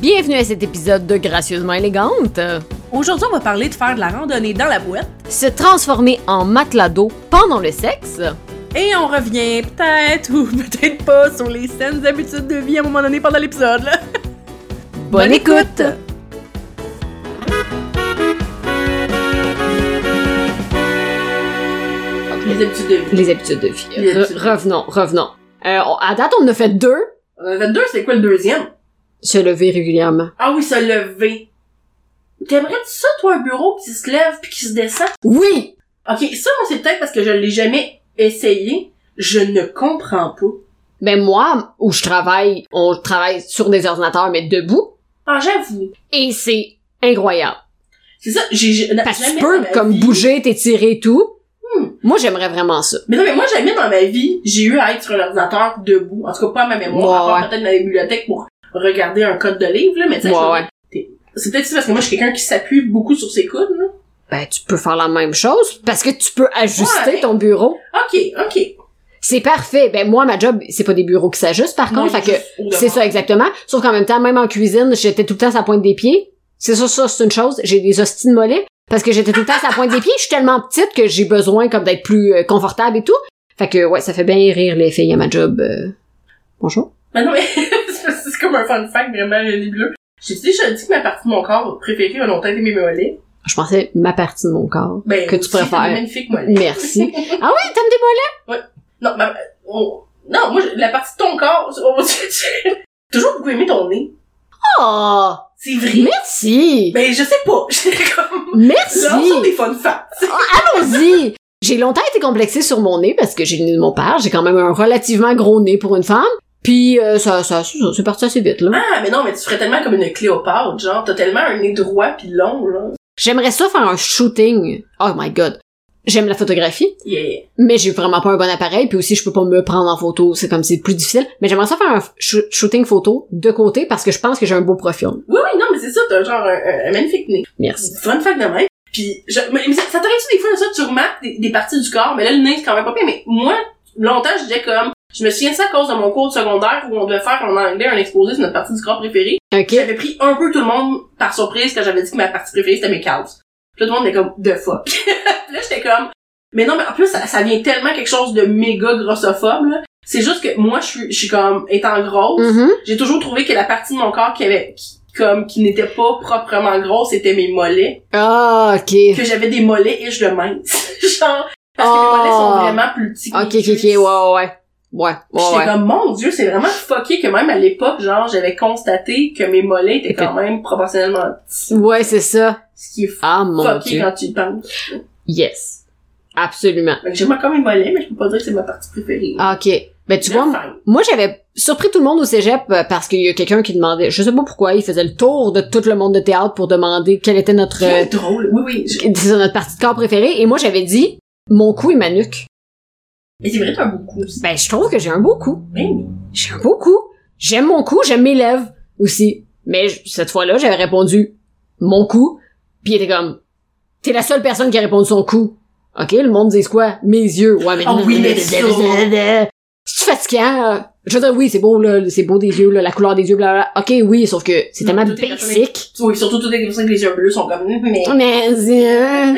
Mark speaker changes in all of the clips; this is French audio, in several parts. Speaker 1: Bienvenue à cet épisode de Gracieusement élégante.
Speaker 2: Aujourd'hui, on va parler de faire de la randonnée dans la boîte
Speaker 1: Se transformer en matelas d'eau pendant le sexe.
Speaker 2: et on revient peut-être ou peut-être pas sur les saines habitudes de vie à un moment donné pendant l'épisode. là.
Speaker 1: Bonne,
Speaker 2: Bonne
Speaker 1: écoute.
Speaker 2: écoute. Les habitudes de vie.
Speaker 1: Les habitudes de vie.
Speaker 2: Les
Speaker 1: Re-
Speaker 2: habitudes.
Speaker 1: revenons, revenons. Euh, on- à date, on en a fait deux.
Speaker 2: 22, Euh, c'est quoi le deuxième?
Speaker 1: Se lever régulièrement.
Speaker 2: Ah oui, se lever. T'aimerais-tu ça, toi, un bureau qui se lève puis qui se descend?
Speaker 1: Oui.
Speaker 2: Ok, ça, on sait peut-être parce que je l'ai jamais essayé. Je ne comprends pas.
Speaker 1: Ben moi, où je travaille, on travaille sur des ordinateurs mais debout
Speaker 2: Ah, j'avoue.
Speaker 1: et c'est incroyable.
Speaker 2: C'est ça, j'ai... j'ai-
Speaker 1: Parce que tu
Speaker 2: jamais dans
Speaker 1: peux
Speaker 2: ma
Speaker 1: comme
Speaker 2: vie-
Speaker 1: bouger, t'étirer et tout.
Speaker 2: Hmm.
Speaker 1: Moi, j'aimerais vraiment ça.
Speaker 2: Mais non, mais moi, jamais dans ma vie, j'ai eu à être sur un ordinateur debout. En tout cas, pas à ma mémoire.
Speaker 1: Ouais,
Speaker 2: à part peut-être dans la bibliothèque pour regarder un code de livre, là, mais tu
Speaker 1: Ouais,
Speaker 2: sais, je-
Speaker 1: ouais.
Speaker 2: c'est peut-être ça parce que moi, je suis quelqu'un qui s'appuie beaucoup sur ses coudes, là.
Speaker 1: Ben tu peux faire la même chose parce que tu peux ajuster
Speaker 2: Ouais.
Speaker 1: ton bureau.
Speaker 2: Ok, ok.
Speaker 1: C'est parfait. Ben moi, ma job, c'est pas des bureaux qui s'ajustent par
Speaker 2: Non,
Speaker 1: contre, fait
Speaker 2: juste au
Speaker 1: que c'est
Speaker 2: devant.
Speaker 1: ça exactement. Sauf qu'en même temps, même en cuisine, j'étais tout le temps sa pointe des pieds. C'est ça, ça c'est une chose. J'ai des hosties de mollets parce que j'étais tout le temps sa pointe des pieds. Je suis tellement petite que j'ai besoin comme d'être plus euh, confortable et tout. Fait que ouais, ça fait bien rire les filles à ma job. euh. Bonjour.
Speaker 2: Mais Ben non, mais c'est parce que c'est comme un fun fact vraiment nébuleux. J'ai déjà dit que ma partie de mon corps préférée a longtemps été mes mollets.
Speaker 1: Je pensais ma partie de mon corps
Speaker 2: Ben,
Speaker 1: que tu
Speaker 2: aussi,
Speaker 1: préfères.
Speaker 2: j'ai des magnifiques mollets.
Speaker 1: Merci. Ah ouais, t'aimes des mollets?
Speaker 2: Non, ma- on- non, moi, j'ai- la partie de ton corps, on- j'ai toujours beaucoup aimé ton nez.
Speaker 1: Oh,
Speaker 2: C'est vrai.
Speaker 1: merci.
Speaker 2: Ben, je sais pas. J'étais comme, là,
Speaker 1: Merci.
Speaker 2: on des fun facts.
Speaker 1: Allons-y! J'ai longtemps été complexée sur mon nez parce que j'ai le nez de mon père. J'ai quand même un relativement gros nez pour une femme. Puis euh, ça, ça, ça- c'est parti assez vite, là.
Speaker 2: Ah, mais non, mais tu ferais tellement comme une Cléopâtre, genre, t'as tellement un nez droit pis long, là.
Speaker 1: J'aimerais ça faire un shooting. Oh my god. J'aime la photographie,
Speaker 2: Yeah.
Speaker 1: mais j'ai vraiment pas un bon appareil. Puis aussi, je peux pas me prendre en photo. C'est comme c'est plus difficile. Mais j'aimerais ça faire un shoo- shooting photo de côté parce que je pense que j'ai un beau profil.
Speaker 2: Oui, oui, non, mais c'est ça, t'as genre un, un- un magnifique nez.
Speaker 1: Merci.
Speaker 2: Fun fact de même. Pis, je, mais, mais ça, ça t'arrive-tu des fois, ça, tu remarques des, des parties du corps, mais là, le nez, c'est quand même pas pire. Mais moi, longtemps, je disais comme, je me souviens de ça à cause de mon cours de secondaire où on devait faire en anglais un exposé sur notre partie du corps préférée.
Speaker 1: Ok.
Speaker 2: J'avais pris un peu tout le monde par surprise quand j'avais dit que ma partie préférée, c'était mes calves. Puis là, tout le monde était comme, de fuck. Puis là, j'étais comme, mais non, mais en plus, ça, ça vient tellement quelque chose de méga grossophobe, là. C'est juste que moi, je suis, je suis comme, étant grosse,
Speaker 1: Mhm.
Speaker 2: j'ai toujours trouvé que la partie de mon corps qui avait, qui- comme, qui n'était pas proprement grosse, c'était mes mollets.
Speaker 1: Ah, ok.
Speaker 2: Que j'avais des mollets et je le mince. Genre, parce que mes mollets sont
Speaker 1: Oh.
Speaker 2: vraiment plus petits que mes
Speaker 1: Ok, ok, ok. Ouais,
Speaker 2: cuisses.
Speaker 1: ouais, ouais. Ouais,
Speaker 2: Puis
Speaker 1: ouais,
Speaker 2: j'étais
Speaker 1: ouais.
Speaker 2: comme, mon dieu, c'est vraiment fucké que même à l'époque, genre, j'avais constaté que mes mollets étaient quand même proportionnellement petits.
Speaker 1: Ouais, c'est ça.
Speaker 2: Ce qui est
Speaker 1: Ah, mon
Speaker 2: fucké
Speaker 1: dieu.
Speaker 2: quand tu y penses.
Speaker 1: Yes. Absolument.
Speaker 2: Fait que J'aime encore mes mollets, mais je peux pas dire que c'est ma partie préférée.
Speaker 1: Ah, OK. Ben, tu
Speaker 2: Le
Speaker 1: vois,
Speaker 2: fun.
Speaker 1: moi, j'avais surpris tout le monde au cégep euh, parce qu'il y a quelqu'un qui demandait, je sais pas pourquoi, il faisait le tour de tout le monde de théâtre pour demander quelle était notre,
Speaker 2: C'est
Speaker 1: euh,
Speaker 2: drôle. Oui, oui. je-
Speaker 1: c'est notre partie de corps préférée. Et moi, j'avais dit, mon cou et ma nuque.
Speaker 2: Mais c'est vrai, t'as un beau cou aussi.
Speaker 1: Ben, je trouve que j'ai un beau cou.
Speaker 2: Mais oui.
Speaker 1: J'ai un beau cou. J'aime mon cou, j'aime mes lèvres aussi. Mais j- cette fois-là, j'avais répondu, mon cou. Puis il était comme, t'es la seule personne qui a répondu son cou. OK, le monde dit quoi? Mes yeux. Ouais, mais...
Speaker 2: Ah oui, mais ça.
Speaker 1: C'est fatigant. euh, Je veux dire, oui, c'est beau, là, c'est beau des yeux, là, la couleur des yeux, blablabla. Ok, oui, sauf que c'est tellement
Speaker 2: Tout est
Speaker 1: basic.
Speaker 2: Oui, surtout toutes les personnes que les yeux bleus sont comme, mais.
Speaker 1: Mais, euh,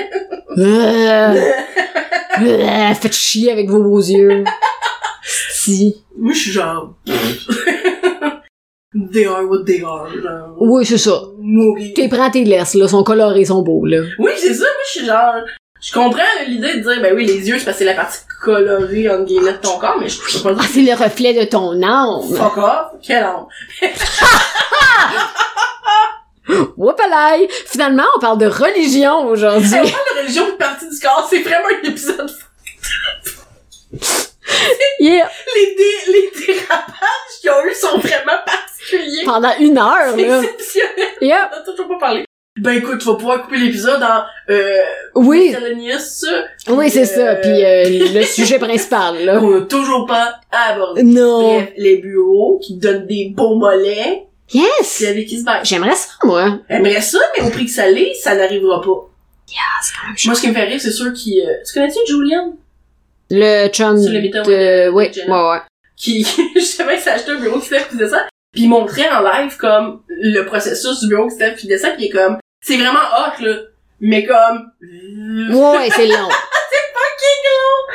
Speaker 1: euh, euh, faites chier avec vos beaux yeux. Si.
Speaker 2: Moi, je suis genre. they are what they are, genre.
Speaker 1: Oui, c'est ça.
Speaker 2: Mourir.
Speaker 1: T'es prends tes laisses, là, sont colorés, sont beaux, là.
Speaker 2: Oui, c'est ça, moi, je suis genre. Je comprends l'idée de dire, ben oui, les yeux, c'est parce que c'est la partie colorée, entre guillemets, de ton corps, mais je peux pas
Speaker 1: Ah,
Speaker 2: dire.
Speaker 1: c'est le reflet de ton âme.
Speaker 2: Fuck off, quel homme.
Speaker 1: Whoopalaï! Finalement, on parle de religion aujourd'hui.
Speaker 2: C'est vraiment Ah, la religion une partie du corps, c'est vraiment un épisode.
Speaker 1: Yeah.
Speaker 2: Les, dé- les dérapages qu'ils ont eu sont vraiment particuliers.
Speaker 1: Pendant une heure,
Speaker 2: C'est
Speaker 1: là.
Speaker 2: exceptionnel,
Speaker 1: Yeah.
Speaker 2: on a toujours pas parlé. Ben écoute, tu vas pouvoir couper l'épisode en, euh,
Speaker 1: Oui,
Speaker 2: Miscellaneous,
Speaker 1: oui, c'est
Speaker 2: Euh,
Speaker 1: ça. Puis euh, le sujet principal, là.
Speaker 2: qu'on n'a toujours pas abordé.
Speaker 1: Non.
Speaker 2: Bref, les bureaux qui donnent des beaux mollets,
Speaker 1: Yes!
Speaker 2: c'est avec qui se battent.
Speaker 1: J'aimerais ça, moi.
Speaker 2: J'aimerais ça, mais au prix que ça l'est, ça n'arrivera pas.
Speaker 1: Ah, c'est quand même
Speaker 2: Moi, ce qui me fait rire, c'est sûr qui... euh, Tu connais-tu Julian?
Speaker 1: Le chum
Speaker 2: Sur le béton,
Speaker 1: de...
Speaker 2: de
Speaker 1: Oui, ouais,
Speaker 2: Jenna.
Speaker 1: ouais.
Speaker 2: Qui, justement, il s'est acheté un bureau qui faisait ça. puis il montrait en live comme le processus du bureau que c'était puis de ça puis il est comme c'est vraiment hot là mais comme
Speaker 1: Ouais, ouais, c'est long.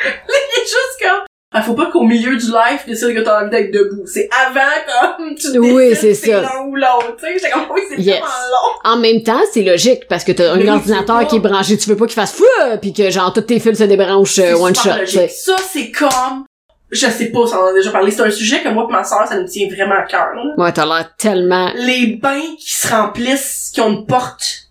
Speaker 2: il est juste comme ah, faut pas qu'au milieu du live tu décides que t'as envie d'être debout c'est avant comme tu
Speaker 1: Oui,
Speaker 2: décides
Speaker 1: c'est
Speaker 2: si t'es
Speaker 1: ça.
Speaker 2: l'un ou l'autre tu sais j'étais comme oui c'est
Speaker 1: Yes.
Speaker 2: vraiment long
Speaker 1: En même temps, c'est logique parce que t'as
Speaker 2: Mais
Speaker 1: un
Speaker 2: oui, c'est
Speaker 1: ordinateur
Speaker 2: pas-
Speaker 1: qui est branché, tu veux pas qu'il fasse fou, puis que genre tous tes fils se débranchent euh,
Speaker 2: C'est
Speaker 1: one
Speaker 2: super
Speaker 1: shot. tu
Speaker 2: logique.
Speaker 1: sais.
Speaker 2: ça c'est comme je sais pas si on en a déjà parlé c'est un sujet que moi et ma soeur ça nous tient vraiment à cœur là.
Speaker 1: Ouais, t'as l'air tellement.
Speaker 2: les bains qui se remplissent, qui ont une porte.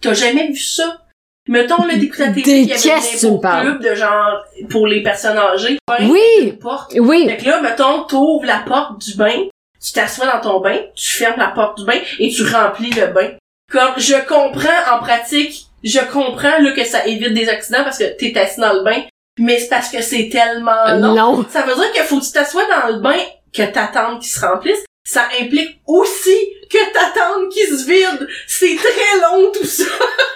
Speaker 2: T'as jamais vu ça? Mettons, là, t'écoutes la télé,
Speaker 1: Des
Speaker 2: il y avait
Speaker 1: caisses, tu me
Speaker 2: des
Speaker 1: parles.
Speaker 2: club de genre, pour les personnes âgées, bain,
Speaker 1: Oui,
Speaker 2: une porte.
Speaker 1: oui.
Speaker 2: Fait que là, mettons, t'ouvres la porte du bain, tu t'assois dans ton bain, tu fermes la porte du bain et tu remplis le bain. Comme, je comprends en pratique, je comprends, là, que ça évite des accidents parce que t'es assis dans le bain, mais c'est parce que c'est tellement long.
Speaker 1: Ah Non.
Speaker 2: Ça veut dire qu'il faut que tu t'assoies dans le bain, que t'attendes qu'il se remplisse. Ça implique aussi que t'attendes qu'il se vide. C'est très long, tout ça.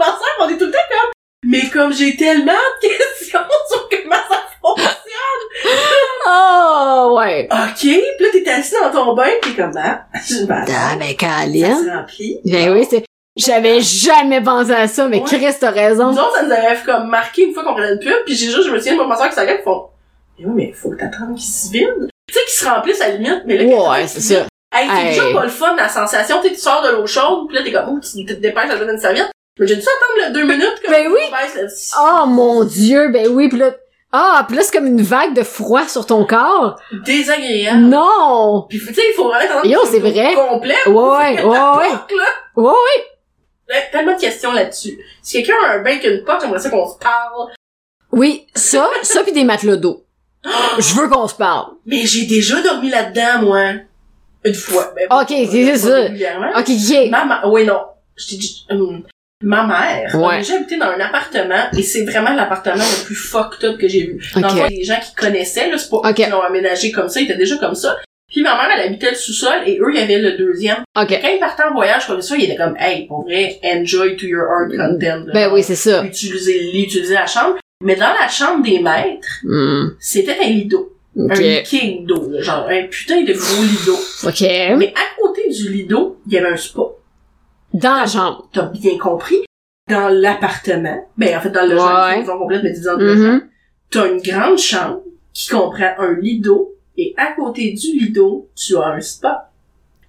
Speaker 2: Ma soeur, on est tout le temps comme, mais comme j'ai tellement de questions sur comment ça fonctionne.
Speaker 1: Oh, ouais.
Speaker 2: OK. Puis là, t'es assis dans ton bain, pis comme, ah, je m'attends.
Speaker 1: Ah, ben,
Speaker 2: ça
Speaker 1: Caline.
Speaker 2: se remplit.
Speaker 1: Ben oui, c'est. J'avais jamais pensé à ça, mais
Speaker 2: Ouais.
Speaker 1: Chris, t'as
Speaker 2: Nous
Speaker 1: raison.
Speaker 2: autres, ça nous avait comme marqué une fois qu'on prenait une pub, pis j'ai juste, je me souviens de ma soeur qui s'en regarde, pis font, mais oui, mais faut que t'attendes qu'il se vide. Tu sais, qu'il se remplisse à la limite, mais là, qu'il
Speaker 1: Ouais,
Speaker 2: attende
Speaker 1: c'est
Speaker 2: qu'il se vide,
Speaker 1: ça.
Speaker 2: Hey, c'est
Speaker 1: Hey.
Speaker 2: déjà pas le fun, la sensation. Tu sais, tu sors de l'eau chaude, pis là, t'es comme, oh, tu te dépêches à donner une serviette. Mais j'ai dû attendre le deux minutes. Comme,
Speaker 1: Ben oui.
Speaker 2: tu baisses le-
Speaker 1: Oh mon dieu, ben oui, pis là. Ah, pis là, c'est comme une vague de froid sur ton corps.
Speaker 2: Désagréable.
Speaker 1: Non!
Speaker 2: Pis, tu sais, il faut vraiment attendre.
Speaker 1: Yo,
Speaker 2: que ce
Speaker 1: c'est
Speaker 2: soit
Speaker 1: vrai.
Speaker 2: Complet.
Speaker 1: Ouais, ouais, ouais, ouais.
Speaker 2: Fuck, là.
Speaker 1: Ouais, ouais.
Speaker 2: Ouais, Tellement de questions là-dessus. Si quelqu'un a un bain qu'une porte, j'aimerais ça qu'on se parle.
Speaker 1: Oui, ça, ça pis des matelots d'eau. Je veux qu'on se parle.
Speaker 2: Mais j'ai déjà dormi là-dedans, moi. Une fois. Ben,
Speaker 1: Ok, c'est
Speaker 2: pas
Speaker 1: ça.
Speaker 2: régulièrement.
Speaker 1: Ok, ok.
Speaker 2: Ma ma- oui, non. Je t'ai dit, hum, ma mère, on a
Speaker 1: Ouais.
Speaker 2: déjà habité dans un appartement, et c'est vraiment l'appartement le plus fucked up que j'ai vu. Dans le
Speaker 1: Ok.
Speaker 2: fond, les gens qui connaissaient, là, c'est pas eux
Speaker 1: Ok.
Speaker 2: qui l'ont aménagé comme ça, ils étaient déjà comme ça. Puis ma mère, elle habitait le sous-sol, et eux, il y avait le deuxième.
Speaker 1: Ok.
Speaker 2: Quand ils partaient en voyage comme ça, ils étaient comme, hey, pour vrai, enjoy to your own content. là.
Speaker 1: Ben oui, c'est ça.
Speaker 2: Utilisez le lit, utilisez la chambre. Mais dans la chambre des maîtres,
Speaker 1: Hmm.
Speaker 2: c'était un lit d'eau.
Speaker 1: Ok.
Speaker 2: Un king d'eau, là, genre un putain de gros lit d'eau.
Speaker 1: Ok.
Speaker 2: Mais à côté du lit d'eau, il y avait un spa.
Speaker 1: Dans la chambre.
Speaker 2: t'as bien compris, dans l'appartement, ben en fait dans le
Speaker 1: Ouais.
Speaker 2: logement, ils sont complètes, mais disons dans le logement,
Speaker 1: Mhm.
Speaker 2: t'as une grande chambre qui comprend un lit d'eau, et à côté du lit d'eau, tu as un spa.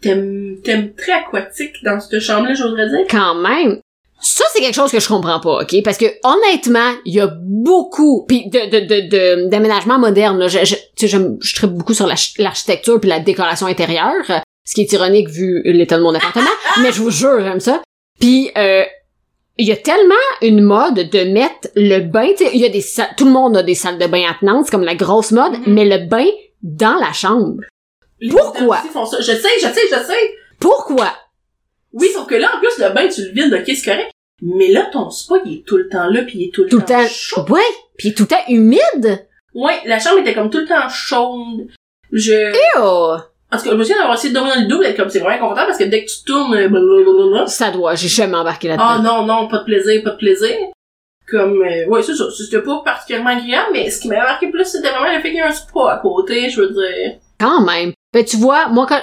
Speaker 2: T'aimes t'aimes très aquatique dans cette chambre-là, j'oserais dire.
Speaker 1: Quand même. Ça, c'est quelque chose que je comprends pas, OK? Parce que, honnêtement, il y a beaucoup puis de, de, de, de- d'aménagements modernes. là. Je, je, tu sais, j'aime- je traite beaucoup sur l'arch- l'architecture puis la décoration intérieure, euh, ce qui est ironique vu l'état de mon appartement, mais je vous jure, j'aime ça. Puis, euh, il y a tellement une mode de mettre le bain, tu sais, il y a des salles, tout le monde a des salles de bain attenantes, c'est comme la grosse mode,
Speaker 2: Mhm.
Speaker 1: mais le bain dans la chambre.
Speaker 2: Les
Speaker 1: Pourquoi?
Speaker 2: hôtels aussi font ça. Je sais, je sais, je sais.
Speaker 1: Pourquoi?
Speaker 2: Oui, sauf que là, en plus, le bain, tu le vides, ok, c'est correct. Mais là, ton spa, il est tout le temps là, puis il est tout le
Speaker 1: Tout le
Speaker 2: temps,
Speaker 1: temps,
Speaker 2: chaud.
Speaker 1: ouais, puis tout le temps humide.
Speaker 2: Ouais, la chambre était comme tout le temps chaude. Je...
Speaker 1: Ew.
Speaker 2: En tout cas, je me souviens d'avoir essayé de dormir dans le double, comme c'est vraiment inconfortable parce que dès que tu tournes, euh, blablabla.
Speaker 1: Ça doit, j'ai jamais embarqué là-dedans.
Speaker 2: Ah non, non, pas de plaisir, pas de plaisir. Comme, euh, ouais, c'est ça. C'était pas particulièrement agréable, mais ce qui m'a marqué plus, c'était vraiment le fait qu'il y a un spa à côté, je veux dire.
Speaker 1: Quand même. Ben, tu vois, moi, quand,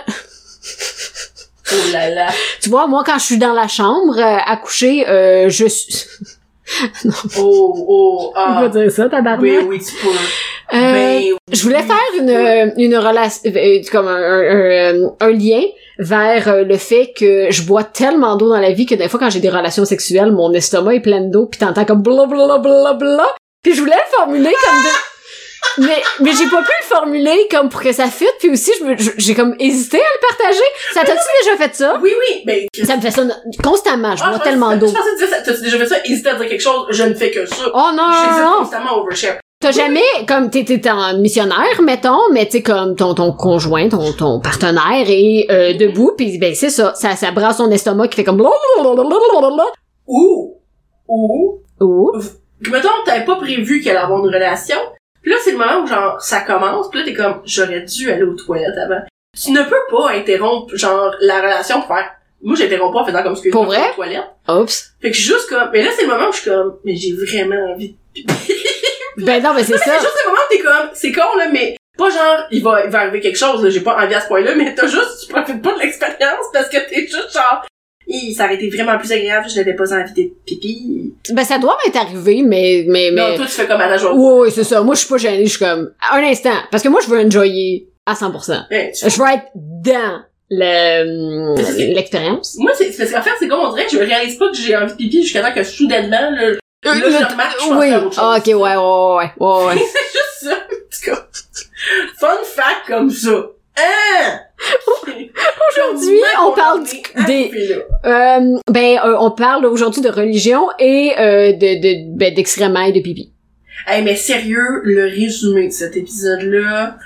Speaker 2: Oh là là.
Speaker 1: tu vois, moi, quand je suis dans la chambre, euh, à coucher, euh, je suis...
Speaker 2: Oh, oh, ah.
Speaker 1: dire ça,
Speaker 2: Oui, oui, tu peux. Ben,
Speaker 1: Euh, je voulais faire une, euh, une relation, euh, comme un, un- euh, un- un lien vers euh, le fait que je bois tellement d'eau dans la vie que des fois, quand j'ai des relations sexuelles, mon estomac est plein d'eau, puis t'entends comme bla bla bla bla bla. Puis je voulais le formuler comme de... Mais, mais j'ai pas pu le formuler comme pour que ça fitte, puis aussi, je me- je- j'ai comme hésité à le partager. Ça t'as-tu déjà fait ça?
Speaker 2: Oui, oui, ben.
Speaker 1: Ça me fait ça constamment, je
Speaker 2: Ah,
Speaker 1: bois
Speaker 2: pensais-
Speaker 1: tellement d'eau.
Speaker 2: Je pensais que tu disais ça. T'as déjà fait ça? Hésiter à dire quelque chose, je ne fais que ça.
Speaker 1: Oh non,
Speaker 2: je
Speaker 1: non,
Speaker 2: suis
Speaker 1: non.
Speaker 2: constamment overshare.
Speaker 1: T'as jamais, comme t'es- t'es en missionnaire, mettons, mais t'sais, comme ton, ton conjoint, ton, ton partenaire est euh, debout, puis ben c'est ça, ça, ça brasse son estomac qui fait comme blablabla.
Speaker 2: Ou, ou,
Speaker 1: Oh.
Speaker 2: Que, mettons, t'avais pas prévu qu'elle allait avoir une relation. Puis là, c'est le moment où, genre, ça commence. Puis là, t'es comme, j'aurais dû aller aux toilettes avant. Tu ne peux pas interrompre, genre, la relation pour faire... Moi, j'interromps pas en faisant comme ce que
Speaker 1: Pour
Speaker 2: je vais
Speaker 1: vrai?
Speaker 2: aux toilettes.
Speaker 1: Oups.
Speaker 2: Fait que je suis juste comme... Mais là, c'est le moment où je suis comme, mais j'ai vraiment envie... de-
Speaker 1: Ben non, mais c'est ça.
Speaker 2: C'est juste le moment où t'es comme, c'est con, là, mais Pas genre, il va, il va arriver quelque chose, là, j'ai pas envie à ce point-là, mais t'as juste, tu profites pas de l'expérience parce que t'es juste genre, il, ça aurait été vraiment plus agréable, je n'avais pas envie de pipi.
Speaker 1: Ben, ça doit m'être arrivé, mais, mais,
Speaker 2: Non,
Speaker 1: mais.
Speaker 2: toi, tu fais comme à la journée.
Speaker 1: Oui, oui, c'est ça. Moi, je suis pas gênée, je suis comme, un instant. Parce que moi, je veux enjoyer à 100%.
Speaker 2: Ouais, tu-
Speaker 1: Je veux être dans le- l'expérience.
Speaker 2: Moi, c'est, c'est, en fait, c'est comme on dirait que je réalise pas que j'ai envie de pipi jusqu'à temps que soudainement, là, là, je remarque, je pense
Speaker 1: Euh, oui.
Speaker 2: à autre chose.
Speaker 1: Ah, ok, ouais, ouais, ouais, ouais, ouais.
Speaker 2: C'est juste ça, en tout cas. Fun fact comme ça. Hein?
Speaker 1: Aujourd'hui, on parle du- des- Euh, ben, euh, on parle aujourd'hui de religion et euh, de, de, ben, d'excréments et de pipi.
Speaker 2: Hey, mais sérieux, le résumé de cet épisode-là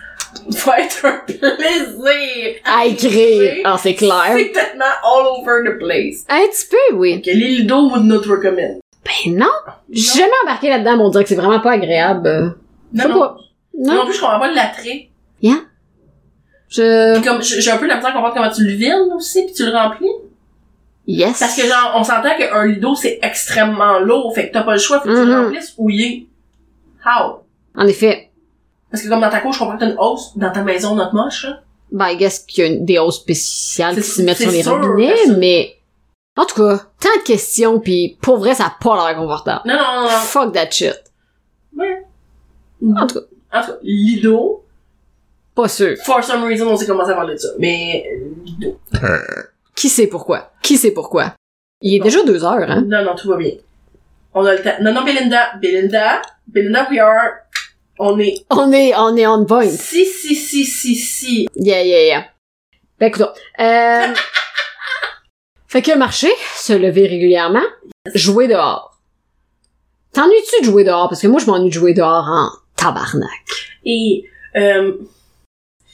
Speaker 2: va être un plaisir
Speaker 1: À écrire. Ah, c'est clair.
Speaker 2: C'est tellement all over the place.
Speaker 1: Un petit peu, oui.
Speaker 2: Que Lildo would not recommend.
Speaker 1: Ben non, j'ai jamais embarqué là-dedans, mais on dirait que c'est vraiment pas agréable. Euh,
Speaker 2: Non,
Speaker 1: je sais
Speaker 2: non.
Speaker 1: pas.
Speaker 2: Non,
Speaker 1: Non,
Speaker 2: plus, je comprends pas l'attrait.
Speaker 1: je...
Speaker 2: Puis comme, j'ai j'ai un peu la misère à comprendre comment tu le vides aussi, puis tu le remplis.
Speaker 1: Yes.
Speaker 2: Parce que genre, on s'entend qu'un lido, c'est extrêmement lourd, fait que t'as pas le choix, faut que tu le
Speaker 1: Mhm.
Speaker 2: remplisses ou il est. How?
Speaker 1: En effet,
Speaker 2: Parce que comme dans ta cour, je comprends que t'as une hausse, dans ta maison, notre moche, là.
Speaker 1: ben, I guess qu'il y a une- des hausses spéciales qui
Speaker 2: C'est-
Speaker 1: se mettent sur
Speaker 2: c'est
Speaker 1: les
Speaker 2: sûr,
Speaker 1: robinets,
Speaker 2: parce-
Speaker 1: mais... En tout cas, tant de questions, puis pour vrai, ça a pas l'air confortable.
Speaker 2: Non, non, non, non.
Speaker 1: Fuck that shit. En tout cas,
Speaker 2: En tout cas, lido,
Speaker 1: pas sûr.
Speaker 2: for some reason, on s'est commencé à parler de ça. Mais, euh, lido.
Speaker 1: Qui sait pourquoi? Qui sait pourquoi? Il est
Speaker 2: Bon.
Speaker 1: déjà deux heures, hein?
Speaker 2: Non, non, tout va bien. On a le temps. Non, non, Belinda, Belinda, Belinda, we are, on est,
Speaker 1: On est, on est on point.
Speaker 2: si, si, si, si, si.
Speaker 1: Yeah, yeah, yeah. Ben, écoute, euh... fait que marcher, se lever régulièrement, jouer dehors. T'ennuies-tu de jouer dehors? Parce que moi, je m'ennuie de jouer dehors en tabarnak.
Speaker 2: Et, euh,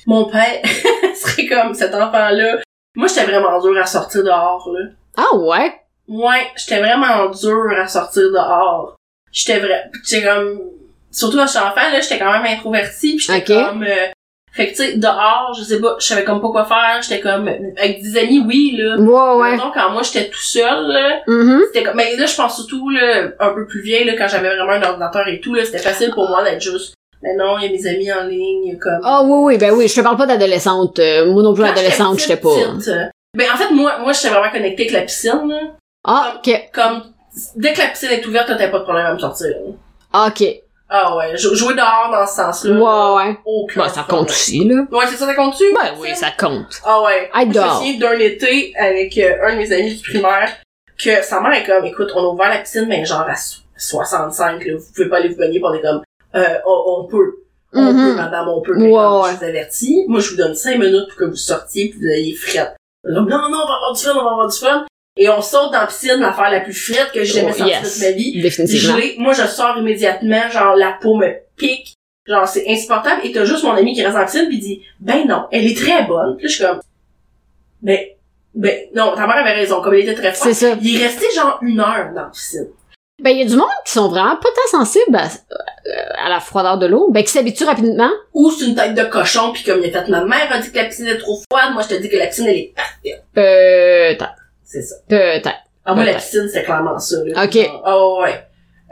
Speaker 2: mon père serait comme cet enfant-là. Moi, j'étais vraiment dur à sortir dehors, là.
Speaker 1: Ah ouais?
Speaker 2: Ouais, j'étais vraiment dure à sortir dehors. J'étais vrai, j'étais comme, surtout quand j'étais enfant, là, j'étais quand même introvertie, pis j'étais
Speaker 1: Ok.
Speaker 2: comme, euh, fait que tu sais, dehors, je sais pas, je savais comme pas quoi faire, j'étais comme, avec des amis, oui, là.
Speaker 1: Ouais, ouais.
Speaker 2: Mettons, quand moi, j'étais tout seul, là,
Speaker 1: Mhm.
Speaker 2: c'était comme, mais là, je pense surtout, là, un peu plus vieille, là, quand j'avais vraiment un ordinateur et tout, là, c'était facile pour moi d'être juste, mais non, il y a mes amis en ligne, il y a comme...
Speaker 1: Ah oui, oui, ben oui, je te parle pas d'adolescente. euh, Moi non plus,
Speaker 2: Quand
Speaker 1: adolescente, j'étais pas. hein.
Speaker 2: petite, petite, Ben, en fait, moi, moi, j'étais vraiment connectée avec la piscine, là.
Speaker 1: Ah, ok,
Speaker 2: comme dès que la piscine est ouverte, t'as pas de problème à me sortir.
Speaker 1: ok.
Speaker 2: Ah ouais, jou- jouer dehors dans ce sens-là.
Speaker 1: Ouais, ouais.
Speaker 2: Aucun
Speaker 1: Ben, ça
Speaker 2: problème.
Speaker 1: compte aussi, là.
Speaker 2: Ouais, c'est ça, ça compte-tu?
Speaker 1: Ben oui, ça compte.
Speaker 2: Ah ouais.
Speaker 1: Être
Speaker 2: Moi,
Speaker 1: dehors.
Speaker 2: Je me souviens d'un été avec euh, un de mes amis du primaire que sa mère est comme, écoute, on a ouvert la piscine, mais genre à so- 65, là, vous pouvez pas aller vous baigner, Puis on est comme, euh, on, on peut. On peut,
Speaker 1: Mhm.
Speaker 2: madame, on peut.
Speaker 1: Ouais,
Speaker 2: Mais comme,
Speaker 1: ouais.
Speaker 2: Je vous avertis. Moi, je vous donne 5 minutes pour que vous sortiez puis vous ayez frette. Non, non, on va avoir du fun, on va avoir du fun. Et on saute dans la piscine, l'affaire la plus frette que j'ai jamais
Speaker 1: Oh,
Speaker 2: sortie
Speaker 1: yes.
Speaker 2: de ma vie.
Speaker 1: Définitivement.
Speaker 2: gelée. Moi, je sors immédiatement, genre, la peau me pique. Genre, c'est insupportable. Et t'as juste mon ami qui reste en piscine pis dit, ben non, elle est très bonne. Puis là, je suis comme, ben, ben, non, ta mère avait raison, comme elle était très
Speaker 1: C'est
Speaker 2: forte.
Speaker 1: ça.
Speaker 2: Il est resté genre une heure dans la piscine.
Speaker 1: Ben, il y a du monde qui sont vraiment pas tant sensibles à, euh, à la froideur de l'eau, ben, qui s'habituent rapidement.
Speaker 2: Ou c'est une tête de cochon pis comme il a fait, ma mère a dit que la piscine est trop froide, moi je te dis que la piscine elle est parfaite.
Speaker 1: Peut-être,
Speaker 2: C'est ça.
Speaker 1: peut-être.
Speaker 2: Ah, moi, la
Speaker 1: Peut-être.
Speaker 2: piscine, c'est clairement ça, là.
Speaker 1: Ok.
Speaker 2: Ah, ouais, ouais.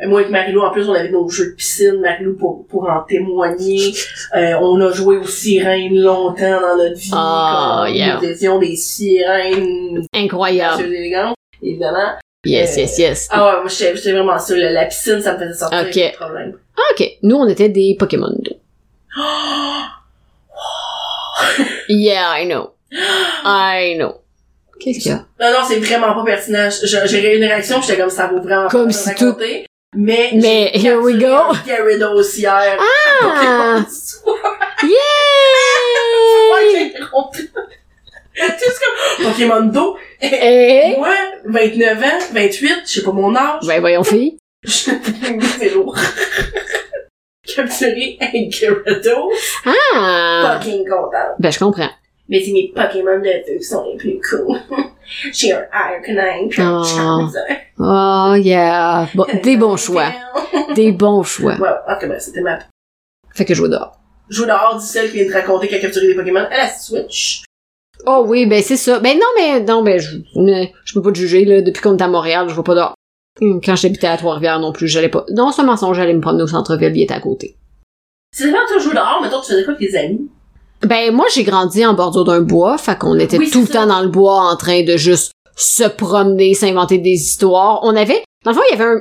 Speaker 2: Et Moi, avec Marilou, en plus, on avait nos jeux de piscine, Marilou, pour, pour en témoigner. Euh, on a joué aux sirènes longtemps dans notre vie.
Speaker 1: Ah,
Speaker 2: quand
Speaker 1: yeah.
Speaker 2: Nous étions des sirènes,
Speaker 1: Incroyable.
Speaker 2: messieurs élégants, évidemment.
Speaker 1: Yes,
Speaker 2: Euh,
Speaker 1: yes, yes.
Speaker 2: Ah, ouais, moi, j'étais j'étais vraiment ça, là. La piscine, ça me faisait sortir.
Speaker 1: Ok.
Speaker 2: pas de problème.
Speaker 1: Ah, Ok, nous, on était des Pokémon d'eau. Yeah, I know. I know. Qu'est-ce qu'il y a?
Speaker 2: Non, non, c'est vraiment pas pertinent. Je- je- J'ai eu une réaction, j'étais comme, ça vaut vraiment
Speaker 1: Comme
Speaker 2: pas
Speaker 1: si
Speaker 2: tout. Mais,
Speaker 1: Mais,
Speaker 2: j'ai
Speaker 1: here we
Speaker 2: capturé
Speaker 1: go.
Speaker 2: un Gyarados hier.
Speaker 1: Ah!
Speaker 2: Ouais,
Speaker 1: Yeah!
Speaker 2: j'ai compris. Juste comme Pokémon d'eau.
Speaker 1: Eh?
Speaker 2: Moi, 29 ans, 28, je sais pas mon âge.
Speaker 1: Ben, voyons, fille.
Speaker 2: C'est lourd. Capturer un Gyarados,
Speaker 1: Ah!
Speaker 2: fucking content.
Speaker 1: Ben, je comprends.
Speaker 2: Mais c'est mes Pokémon de feu qui sont les plus cool. J'ai un Arcanine puis un
Speaker 1: Oh.
Speaker 2: Charizard.
Speaker 1: Oh, yeah. Bon, des bons choix. Des bons choix.
Speaker 2: Ouais, en tout cas, c'était ma...
Speaker 1: Fait que je joue dehors.
Speaker 2: Je vous dehors du celle qui vient de raconter qu'elle a capturé des Pokémon à la Switch.
Speaker 1: Oh oui, ben c'est ça. Ben non, mais non, ben je, mais je peux pas te juger, là. Depuis qu'on est à Montréal, je vois pas dehors. Hum, Quand j'habitais à Trois-Rivières non plus, j'allais pas. Non, c'est un mensonge, j'allais me promener au centre-ville, il était à côté.
Speaker 2: C'est vraiment tu jouer dehors, mettons, tu faisais quoi avec tes amis?
Speaker 1: Ben moi j'ai grandi en bordure d'un bois, fait qu'on était
Speaker 2: Oui,
Speaker 1: tout le
Speaker 2: c'est ça.
Speaker 1: temps dans le bois en train de juste se promener, s'inventer des histoires. On avait dans le fond il y avait un,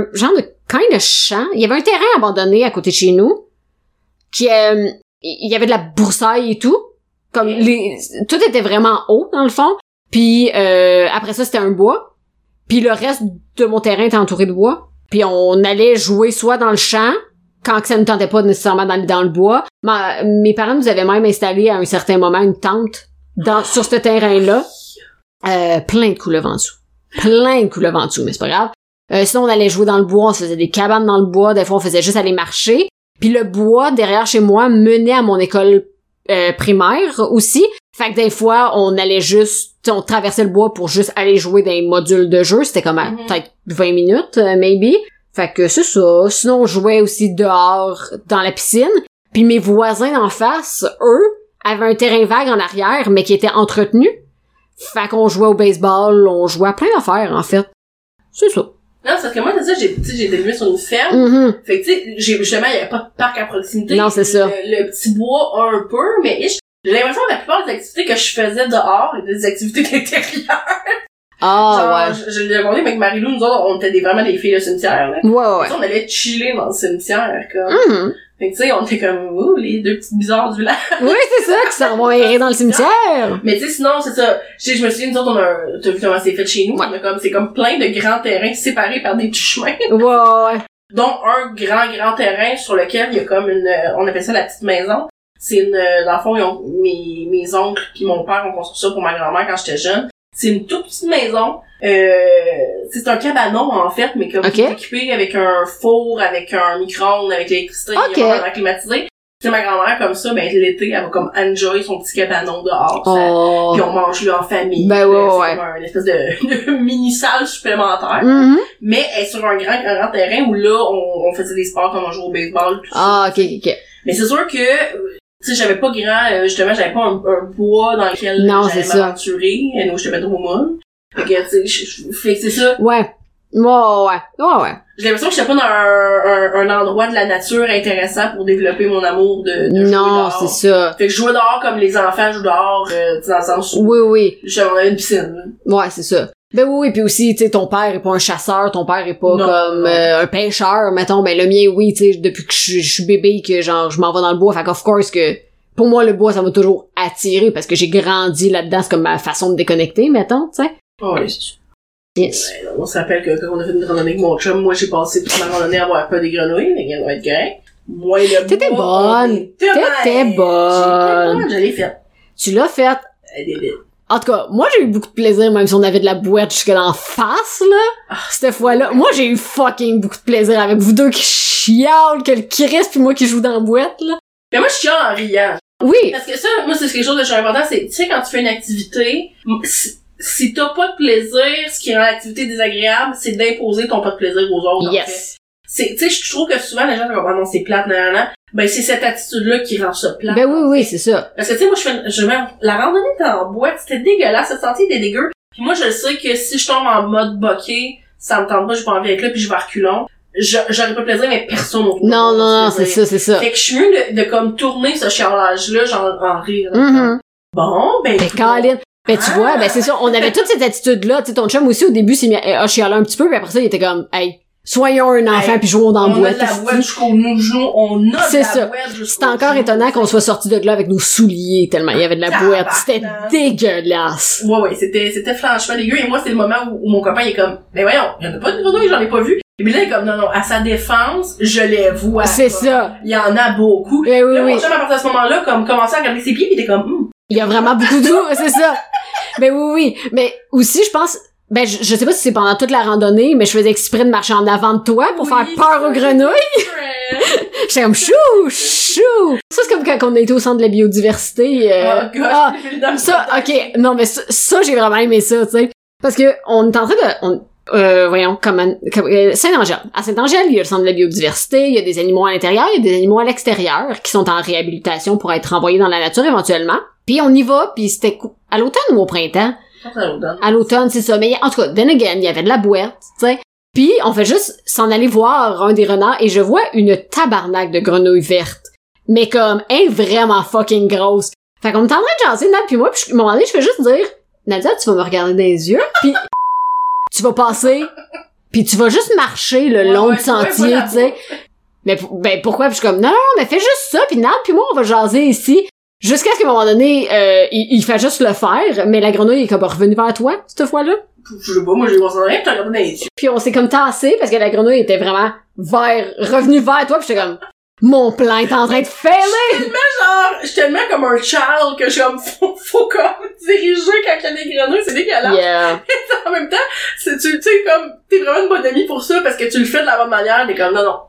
Speaker 1: un genre de kind de champ, il y avait un terrain abandonné à côté de chez nous qui euh, il y avait de la broussaille et tout, comme les tout était vraiment haut dans le fond. Puis euh, après ça c'était un bois. Puis le reste de mon terrain était entouré de bois. Puis on allait jouer soit dans le champ quand que ça ne tentait pas nécessairement d'aller dans le bois. Ma- mes parents nous avaient même installé à un certain moment une tente dans, sur ce terrain-là. Euh, plein de couleuvres en dessous. Plein de couleuvres en dessous, mais c'est pas grave. Euh, sinon, on allait jouer dans le bois, on se faisait des cabanes dans le bois, des fois on faisait juste aller marcher. Puis le bois, derrière chez moi, menait à mon école euh, primaire aussi. Fait que des fois, on allait juste, tu sais, on traversait le bois pour juste aller jouer dans les modules de jeu. C'était comme à
Speaker 2: Mhm.
Speaker 1: peut-être 20 minutes, euh, maybe. Fait que c'est ça. Sinon, on jouait aussi dehors, dans la piscine. Puis mes voisins d'en face, eux, avaient un terrain vague en arrière, mais qui était entretenu. Fait qu'on jouait au baseball, on jouait à plein d'affaires, en fait. C'est ça.
Speaker 2: Non, c'est parce que moi, c'est ça, j'ai, tu sais, j'ai été élevée sur une ferme.
Speaker 1: Mhm.
Speaker 2: Fait que, tu sais, j'ai- justement, il n'y avait pas de parc à proximité.
Speaker 1: Non, c'est ça.
Speaker 2: Le, le petit bois, un peu, mais ish, j'ai l'impression que la plupart des activités que je faisais dehors étaient des activités d'intérieur.
Speaker 1: Ah,
Speaker 2: Genre, je, je l'ai raconté mais avec Marie-Lou, nous autres, on était des, vraiment des filles de cimetière, là.
Speaker 1: ouais. Ouais, ouais.
Speaker 2: Tu sais, On allait chiller dans le cimetière, comme.
Speaker 1: Mhm.
Speaker 2: Fait que, tu sais, on était comme, ouh, les deux petites bizarres du lac.
Speaker 1: Oui, c'est ça, qui s'en vont errer dans le cimetière.
Speaker 2: Mais tu sais, sinon, c'est ça. Je sais, je me souviens, nous autres, on a un- t'as vu comment c'est fait chez nous.
Speaker 1: Ouais.
Speaker 2: On a comme, c'est comme plein de grands terrains séparés par des petits chemins.
Speaker 1: Ouais, ouais. ouais.
Speaker 2: dont un grand, grand terrain sur lequel il y a comme une, euh, on appelle ça la petite maison. C'est une, euh, dans le fond, ils ont- mes, mes oncles puis mon père ont construit ça pour ma grand-mère quand j'étais jeune. C'est une toute petite maison. Euh, c'est un cabanon, en fait, mais comme
Speaker 1: Ok.
Speaker 2: tout équipé avec un four, avec un micro-ondes, avec l'électricité,
Speaker 1: Ok.
Speaker 2: il y a vraiment climatisé. C'est ma grand-mère comme ça, ben l'été, elle va comme enjoy son petit cabanon dehors. ça.
Speaker 1: Oh.
Speaker 2: Puis on mange là en famille.
Speaker 1: Ben ouais,
Speaker 2: Là, c'est
Speaker 1: ouais.
Speaker 2: comme une espèce de, de mini-salle supplémentaire.
Speaker 1: Mhm.
Speaker 2: Mais elle est sur un grand, grand, grand terrain où là, on, on faisait des sports comme on jouait au baseball. Tout ça.
Speaker 1: Ah, ok, ok, ok.
Speaker 2: Mais c'est sûr que, euh, tu sais, j'avais pas grand, euh, justement, j'avais pas un, un bois dans lequel
Speaker 1: Non,
Speaker 2: j'allais
Speaker 1: c'est ça.
Speaker 2: m'aventurer. Et nous, j'étais pas trop molle. Fait que, tu sais, je- je- fait que c'est ça.
Speaker 1: Ouais. Ouais, ouais, ouais, ouais.
Speaker 2: J'ai l'impression que j'étais pas dans un, un, un endroit de la nature intéressant pour développer mon amour de, de jouer
Speaker 1: Non,
Speaker 2: dehors.
Speaker 1: c'est ça.
Speaker 2: Fait que je jouais dehors comme les enfants jouent dehors, euh, tu sais, dans le sens où,
Speaker 1: Oui, oui.
Speaker 2: justement, on avait une piscine. là.
Speaker 1: Ouais, c'est ça. Ben oui, oui, puis aussi, tu sais, ton père est pas un chasseur, ton père est pas
Speaker 2: Non,
Speaker 1: comme
Speaker 2: non.
Speaker 1: euh, un pêcheur, mettons, ben le mien, oui, tu sais, depuis que je je suis bébé, que genre, je m'en vais dans le bois, fait qu'of course que, pour moi, le bois, ça m'a toujours attiré, parce que j'ai grandi là-dedans, c'est comme ma façon de déconnecter, mettons, tu sais.
Speaker 2: Ah Ouais, c'est sûr.
Speaker 1: Yes.
Speaker 2: Ben, On se rappelle que quand on a fait une randonnée avec mon chum, moi j'ai passé toute ma randonnée à avoir peur des grenouilles, mais elle va être correct. Moi, le
Speaker 1: T'étais
Speaker 2: bois, on
Speaker 1: bonne.
Speaker 2: était mal.
Speaker 1: T'étais
Speaker 2: J'étais
Speaker 1: bonne.
Speaker 2: bonne, Je l'ai faite.
Speaker 1: Tu l'as fait.
Speaker 2: Elle est belle.
Speaker 1: En tout cas, moi, j'ai eu beaucoup de plaisir, même si on avait de la boîte jusque dans la face, là.
Speaker 2: Ah,
Speaker 1: Cette fois-là, moi, j'ai eu fucking beaucoup de plaisir avec vous deux qui chialent, que le Christ, puis moi qui joue dans la boîte, là.
Speaker 2: Mais moi, je suis en riant.
Speaker 1: Oui.
Speaker 2: Parce que ça, moi, c'est quelque chose de je trouve important, c'est, tu sais, quand tu fais une activité, m- si, si t'as pas de plaisir, ce qui rend l'activité désagréable, c'est d'imposer ton pas de plaisir aux autres. en fait.
Speaker 1: Yes.
Speaker 2: C'est, tu sais, je trouve que souvent, les gens, comme, ah non, c'est plate, nan, nan, nan. Ben, c'est cette attitude-là qui rend ça plate.
Speaker 1: Ben oui, oui, c'est ça.
Speaker 2: Parce que, tu sais, moi, je fais, je mets- la randonnée dans la boîte, c'était dégueulasse, le sentier était dégueu. Puis moi, je sais que si je tombe en mode bokeh, ça me tente pas, j'ai pas envie d'être là, puis je vais à reculons. Je- J'aurais pas de plaisir, mais personne autour de moi
Speaker 1: Non, non,
Speaker 2: n'a
Speaker 1: non,
Speaker 2: de
Speaker 1: c'est
Speaker 2: plaisir.
Speaker 1: ça, c'est ça.
Speaker 2: Fait que je suis mieux de, de comme tourner ce chialage-là, genre, en rire.
Speaker 1: Mhm.
Speaker 2: Bon, ben.
Speaker 1: Ben,
Speaker 2: écoute,
Speaker 1: Colin. Ben, tu
Speaker 2: Ah!
Speaker 1: vois, ben, c'est ça. On avait toute cette attitude-là. Tu sais, ton chum aussi, au début, s'est mis à à chialer un petit peu, puis après ça, il était comme, hey, soyons un enfant,
Speaker 2: Hey,
Speaker 1: puis jouons dans
Speaker 2: on
Speaker 1: la boîte.
Speaker 2: a de la
Speaker 1: esti.
Speaker 2: boîte jusqu'au genou, on a
Speaker 1: C'est
Speaker 2: de la
Speaker 1: ça.
Speaker 2: boîte jusqu'au
Speaker 1: C'est encore
Speaker 2: genou.
Speaker 1: étonnant qu'on soit sorti de là avec nos souliers, tellement il y avait de la
Speaker 2: Ah, Tabarnak.
Speaker 1: boîte. C'était dégueulasse.
Speaker 2: Ouais, ouais, c'était, c'était franchement dégueu. Et moi, c'est le moment où, où mon copain il est comme, mais voyons, y'en a pas de grenouille, j'en ai pas vu. Et puis là, il est comme, non, non, à sa défense, je les vois.
Speaker 1: C'est
Speaker 2: pas.
Speaker 1: ça.
Speaker 2: Il y en a beaucoup.
Speaker 1: Ben oui,
Speaker 2: là,
Speaker 1: oui.
Speaker 2: mon chum, à partir de ce moment-là, comme, commençait à regarder ses pieds, pis il était comme, hum,
Speaker 1: Il y a vraiment beaucoup d'eau, c'est ça. Ben oui, oui. Mais aussi, je pense, ben, je, je sais pas si c'est pendant toute la randonnée, mais je faisais exprès de marcher en avant de toi pour
Speaker 2: Oui,
Speaker 1: faire peur aux
Speaker 2: c'est
Speaker 1: grenouilles.
Speaker 2: friend.
Speaker 1: J'étais comme, chou, chou. Ça, c'est comme quand on était au centre de la biodiversité. euh,
Speaker 2: oh, gosh.
Speaker 1: ah,
Speaker 2: j'ai le dame-
Speaker 1: Ça, ok, non, mais ça, ça, j'ai vraiment aimé ça, tu sais. Parce que on est en train de. On, euh, voyons, comment. comme- euh, Saint-Angèle. À Saint-Angèle, il y a le centre de la biodiversité, il y a des animaux à l'intérieur, il y a des animaux à l'extérieur qui sont en réhabilitation pour être envoyés dans la nature éventuellement. Puis on y va, puis c'était cou- à l'automne ou au printemps?
Speaker 2: Ça, ça nous donne.
Speaker 1: À l'automne, c'est ça. Mais en tout cas, then again, il y avait de la boîte, tu sais. Puis on fait juste s'en aller voir un des renards et je vois une tabarnak de grenouilles vertes. Mais comme, elle est vraiment fucking grosse. Fait qu'on est en train de jaser, Nad puis moi, puis je- à un moment donné, je fais juste dire, Nadia, tu vas me regarder dans les yeux, puis tu vas passer, puis tu vas juste marcher le
Speaker 2: Ouais,
Speaker 1: long
Speaker 2: ouais,
Speaker 1: du
Speaker 2: tu vois,
Speaker 1: sentier,
Speaker 2: voilà.
Speaker 1: tu sais. Mais p- ben pourquoi? Puis je suis comme, non, non, mais fais juste ça, puis Nad puis moi, on va jaser ici. Jusqu'à ce qu'à un moment donné, euh, il, il fait juste le faire, mais la grenouille est comme revenue vers toi, cette fois-là.
Speaker 2: Je sais pas, moi, j'ai pensé rien, t'as regardé dans les yeux.
Speaker 1: Puis on s'est comme tassé parce que la grenouille était vraiment vers, revenue vers toi. Puis j'étais comme, mon plan est en train de failer.
Speaker 2: Genre, je suis tellement comme un child que je suis comme, faut, faut comme diriger quand il y a des grenouilles, c'est dégueulasse.
Speaker 1: Yeah.
Speaker 2: En même temps, c'est, tu tu sais, comme, t'es vraiment une bonne amie pour ça parce que tu le fais de la bonne manière, t'es comme, non, non.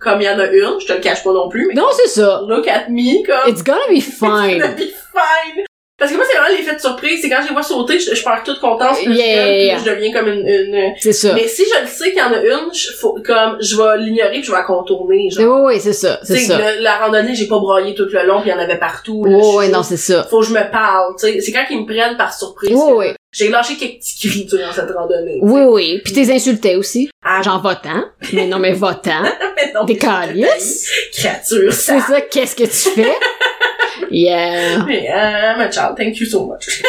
Speaker 2: Comme il y en a une, je te le cache pas non plus, mais
Speaker 1: Non, c'est ça.
Speaker 2: look at me, comme,
Speaker 1: It's gonna be
Speaker 2: it's gonna
Speaker 1: fine.
Speaker 2: be fine. Parce que moi, c'est vraiment l'effet de surprise, c'est quand je les vois sauter, je, je pars toute contente,
Speaker 1: Yeah,
Speaker 2: puis je,
Speaker 1: yeah, yeah.
Speaker 2: puis je deviens comme une, une-
Speaker 1: C'est ça.
Speaker 2: Mais si je le sais qu'il y en a une, je, faut, comme, je vais l'ignorer puis je vais la contourner,
Speaker 1: Oui,
Speaker 2: genre.
Speaker 1: oui, c'est ça. C'est
Speaker 2: Tu sais,
Speaker 1: ça.
Speaker 2: le- la randonnée, j'ai pas broyé tout le long, puis il y en avait partout. là,
Speaker 1: Oui,
Speaker 2: je-
Speaker 1: oui, non, c'est ça.
Speaker 2: Faut que je me parle, tu sais. C'est quand ils me prennent par surprise.
Speaker 1: Oui,
Speaker 2: que-
Speaker 1: oui.
Speaker 2: J'ai lâché quelques petits cris durant cette randonnée. tu sais.
Speaker 1: Oui, oui. Puis t'es insulté aussi.
Speaker 2: Ah,
Speaker 1: Genre votant. Mais non, mais votant.
Speaker 2: mais non,
Speaker 1: Des
Speaker 2: calices.
Speaker 1: calices.
Speaker 2: Créature,
Speaker 1: C'est
Speaker 2: ça.
Speaker 1: ça, qu'est-ce que tu fais? Yeah.
Speaker 2: Mais, euh, my child, thank you so much.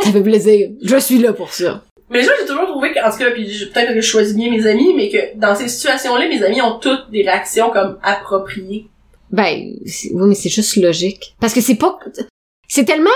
Speaker 1: Ça fait plaisir. Je suis là pour ça.
Speaker 2: Mais ça, j'ai toujours trouvé que, en tout cas, puis je- peut-être que je choisis bien mes amis, mais que dans ces situations-là, mes amis ont toutes des réactions comme appropriées.
Speaker 1: Ben, c'est- oui, mais c'est juste logique. Parce que c'est pas... C'est tellement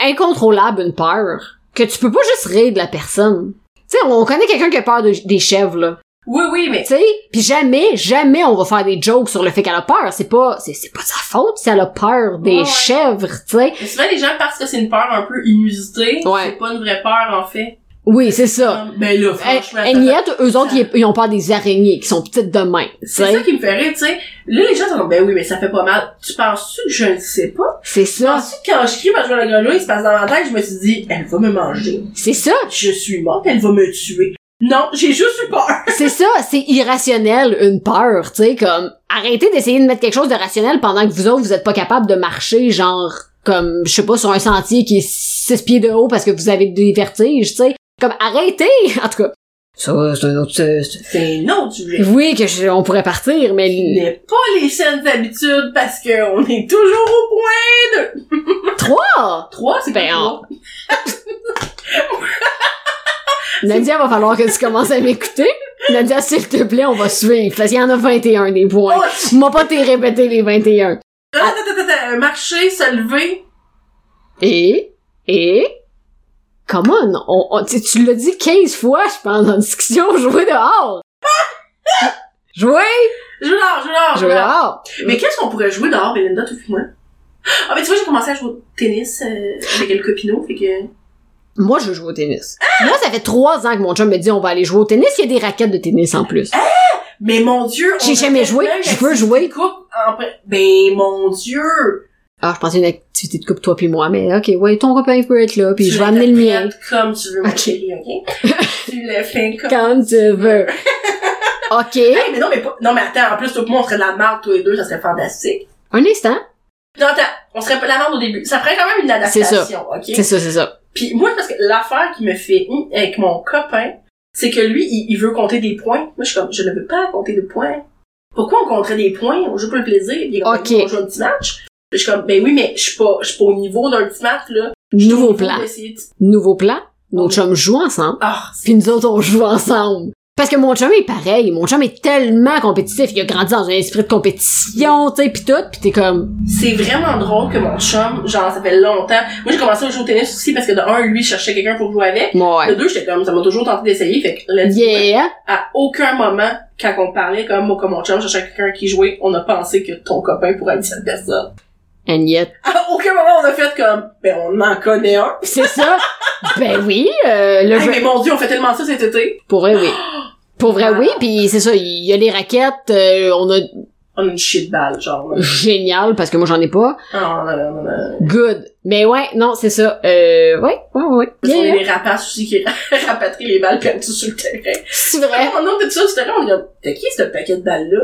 Speaker 1: incontrôlable, une peur, que tu peux pas juste rire de la personne. Tu sais, on connaît quelqu'un qui a peur de- des chèvres, là.
Speaker 2: Oui, oui, mais
Speaker 1: Tu sais, puis jamais, jamais on va faire des jokes sur le fait qu'elle a peur. C'est pas, c'est, c'est pas de sa faute si elle a peur des
Speaker 2: Ouais, ouais.
Speaker 1: chèvres, tu sais.
Speaker 2: mais souvent les gens, parce que c'est une peur un peu inusitée,
Speaker 1: Ouais.
Speaker 2: c'est pas une vraie peur, en fait.
Speaker 1: Oui, c'est ça.
Speaker 2: Comme, ben là,
Speaker 1: Et
Speaker 2: franchement...
Speaker 1: et
Speaker 2: ça-
Speaker 1: Niette, eux autres, ils, ils ont peur des araignées qui sont petites de main. tu
Speaker 2: C'est ça
Speaker 1: sais.
Speaker 2: qui me fait rire, tu sais. Là, les gens sont comme, ben oui, mais ça fait pas mal. Tu penses-tu que je ne sais pas?
Speaker 1: C'est ça.
Speaker 2: Penses-tu que quand je crie, ma joie à la grenouille, il se passe dans ma tête, je me suis dit, elle va me manger.
Speaker 1: C'est ça.
Speaker 2: Je suis morte, elle va me tuer. Non, j'ai juste eu peur.
Speaker 1: C'est ça, c'est irrationnel, une peur, tu sais, comme, arrêtez d'essayer de mettre quelque chose de rationnel pendant que vous autres, vous êtes pas capable de marcher, genre, comme, je sais pas, sur un sentier qui est six pieds de haut parce que vous avez des vertiges, tu sais. Comme, arrêtez! En tout cas. Ça, c'est un autre...
Speaker 2: C'est non, tu voulais.
Speaker 1: Oui, que je- on pourrait partir, mais...
Speaker 2: Mais pas les saines habitudes parce que on est toujours au point.
Speaker 1: Trois!
Speaker 2: Trois, c'est
Speaker 1: Ben,
Speaker 2: pas
Speaker 1: Nadia, va falloir que tu commences à m'écouter. Nadia, s'il te plaît, on va suivre, parce qu'il y en a 21 des points.
Speaker 2: Oh,
Speaker 1: M'a pas t'es répété les 21.
Speaker 2: Attends, attends, attends, attends, marcher, se lever.
Speaker 1: Et, et, come on, on, on- tu, tu l'as dit 15 fois, je pense, en discussion, jouer dehors! jouer!
Speaker 2: Jouer dehors, jouer dehors, jouer
Speaker 1: Jouer
Speaker 2: dehors.
Speaker 1: dehors!
Speaker 2: Mais qu'est-ce qu'on pourrait jouer dehors, Belinda, tout moi? Ah, mais tu vois, j'ai commencé à jouer au tennis euh, avec El Copino, fait que...
Speaker 1: Moi, je veux jouer au tennis. Moi, ça fait trois ans que mon chum me dit on va aller jouer au tennis, il y a des raquettes de tennis en plus.
Speaker 2: Mais mon dieu!
Speaker 1: J'ai
Speaker 2: on
Speaker 1: jamais
Speaker 2: a
Speaker 1: joué,
Speaker 2: tellement
Speaker 1: je veux
Speaker 2: d'activités
Speaker 1: jouer.
Speaker 2: de couple en pré- Ben mon dieu!
Speaker 1: Alors, Ah, je pensais une activité de couple, toi puis moi, mais ok, ouais, ton copain peut être là, puis
Speaker 2: Tu
Speaker 1: je vais amener le mien.
Speaker 2: l'interprètes comme tu veux, mon
Speaker 1: Ok.
Speaker 2: chéri, ok? tu le fais comme...
Speaker 1: Quand tu veux. ok.
Speaker 2: Hey, mais non, mais pas... Non, mais attends, en plus, toi et moi, on serait de la merde, tous les deux, ça serait fantastique.
Speaker 1: Un instant.
Speaker 2: Non, attends, on serait pas de la merde au début. Ça ferait quand même une
Speaker 1: C'est ça.
Speaker 2: adaptation, ok?
Speaker 1: C'est ça, c'est ça.
Speaker 2: Puis moi, parce que l'affaire qui me fait hum avec mon copain, c'est que lui, il, il veut compter des points. Moi, je suis comme, je ne veux pas compter de points. Pourquoi on compterait des points? On joue pour le plaisir. Puis il est comme,
Speaker 1: Ok.
Speaker 2: on joue un petit match. Puis je suis comme, ben oui, mais je suis pas, je suis pas au niveau d'un petit match, là. Je suis au
Speaker 1: Nouveau
Speaker 2: niveau
Speaker 1: plan.
Speaker 2: d'essayer de-
Speaker 1: Nouveau plan. Nos
Speaker 2: Ok.
Speaker 1: chums jouent ensemble.
Speaker 2: Ah, c'est-
Speaker 1: Puis nous autres, on joue ensemble. Parce que mon chum est pareil. Mon chum est tellement compétitif. Il a grandi dans un esprit de compétition, tu sais, pis tout. Pis t'es comme...
Speaker 2: c'est vraiment drôle que mon chum, genre, ça fait longtemps. Moi, j'ai commencé à jouer au tennis aussi parce que de un, lui, je cherchais quelqu'un pour jouer avec. De
Speaker 1: Ouais.
Speaker 2: deux, j'étais comme, ça m'a toujours tenté d'essayer. Fait que, let's go.
Speaker 1: Yeah.
Speaker 2: à aucun moment, quand on parlait, comme moi, comme mon chum, je cherchais quelqu'un qui jouait, on a pensé que ton copain pourrait être cette personne.
Speaker 1: And yet.
Speaker 2: À aucun moment on a fait comme ben on en connaît un.
Speaker 1: C'est ça. ben oui. euh, le
Speaker 2: Hey,
Speaker 1: jeu-
Speaker 2: mais mon dieu, on fait tellement ça cet été.
Speaker 1: Pour vrai, oui. Pour vrai,
Speaker 2: Wow.
Speaker 1: oui. Puis c'est ça. Il y a les raquettes. euh, on a...
Speaker 2: On a une shit balle, genre. là.
Speaker 1: Génial, parce que moi, j'en ai pas.
Speaker 2: Ah, non, non, non, non.
Speaker 1: Good. Mais ouais, non, c'est ça. Euh, ouais, ouais, ouais.
Speaker 2: Parce qu'on
Speaker 1: Yeah.
Speaker 2: est des rapaces aussi qui rapatrient les balles perdues sur le terrain.
Speaker 1: C'est vrai.
Speaker 2: On a tout ça sur le terrain, on est comme t'as qui ce paquet de balles là?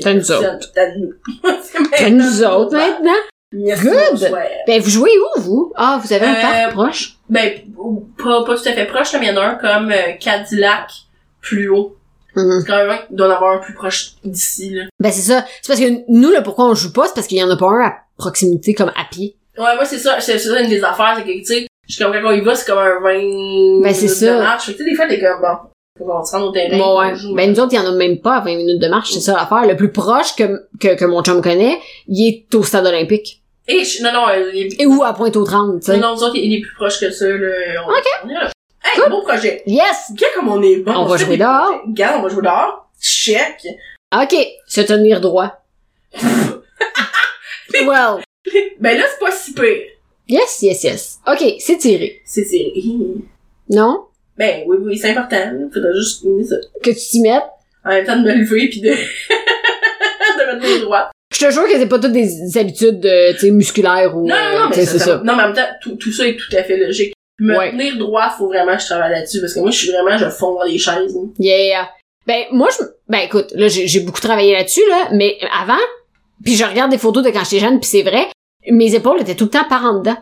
Speaker 1: T'as nous
Speaker 2: T'as nous.
Speaker 1: Fait
Speaker 2: T'as
Speaker 1: que nous autres, maintenant.
Speaker 2: Merci,
Speaker 1: Good.
Speaker 2: bonsoir.
Speaker 1: Ben, vous jouez où, vous? Ah, vous avez un
Speaker 2: Euh,
Speaker 1: parc proche?
Speaker 2: Ben, p- pas, pas tout à fait proche, là, mais il y en a un comme euh, Cadillac plus haut.
Speaker 1: Mhm.
Speaker 2: C'est quand même un qui doit en avoir un plus proche d'ici, là.
Speaker 1: Ben c'est ça. C'est parce que nous, là, pourquoi on joue pas, c'est parce qu'il y en a pas un à proximité comme à pied.
Speaker 2: Ouais, moi, c'est ça, c'est c'est ça une des affaires, c'est que, tu sais, je suis comme quand on y va, c'est comme un 20
Speaker 1: Ben, c'est
Speaker 2: minutes de
Speaker 1: ça.
Speaker 2: marche. Fait que, tu sais, des fois, t'es comme, bon, faut qu'on se rende au terrain.
Speaker 1: Bon, ouais.
Speaker 2: on joue.
Speaker 1: Ben nous autres, il y en a même pas à 20 minutes de marche, c'est ça l'affaire. Le plus proche que, que, que mon chum connaît, il est au stade olympique.
Speaker 2: Et, je- non, non, euh, il est,
Speaker 1: Et ou à pointe aux 30, tu sais.
Speaker 2: non, non, nous autres, il est plus proche que ça, là. On,
Speaker 1: Ok.
Speaker 2: on est là. Hey, beau projet.
Speaker 1: Yes!
Speaker 2: Bien comme on est bon.
Speaker 1: On va
Speaker 2: fait
Speaker 1: jouer
Speaker 2: des
Speaker 1: dehors.
Speaker 2: projets. Regarde, on va jouer dehors. Check.
Speaker 1: OK. Se tenir droit. well.
Speaker 2: Ben là, c'est pas si pire.
Speaker 1: Yes, yes, yes. OK, c'est tiré.
Speaker 2: C'est, c'est,
Speaker 1: Non?
Speaker 2: ben oui, oui, c'est important. Faudrait juste aimer ça.
Speaker 1: Que tu t'y mettes.
Speaker 2: En même temps de me lever pis de, de me tenir droite.
Speaker 1: Je te jure que c'est pas toutes des, des habitudes, euh, tu sais, musculaires ou...
Speaker 2: Non, non,
Speaker 1: euh,
Speaker 2: non,
Speaker 1: tu sais,
Speaker 2: mais ça,
Speaker 1: c'est
Speaker 2: ça-
Speaker 1: ça.
Speaker 2: Non, mais en même temps, tout, tout ça est tout à fait logique. Me
Speaker 1: Ouais.
Speaker 2: tenir droit, faut vraiment que je travaille là-dessus, parce que moi, je suis vraiment, je fonds dans les chaises. hein.
Speaker 1: Yeah. Ben, moi, je... Ben, écoute, là, j'ai j'ai beaucoup travaillé là-dessus, là, mais avant, puis je regarde des photos de quand j'étais jeune, puis c'est vrai, mes épaules étaient tout le temps par en dedans.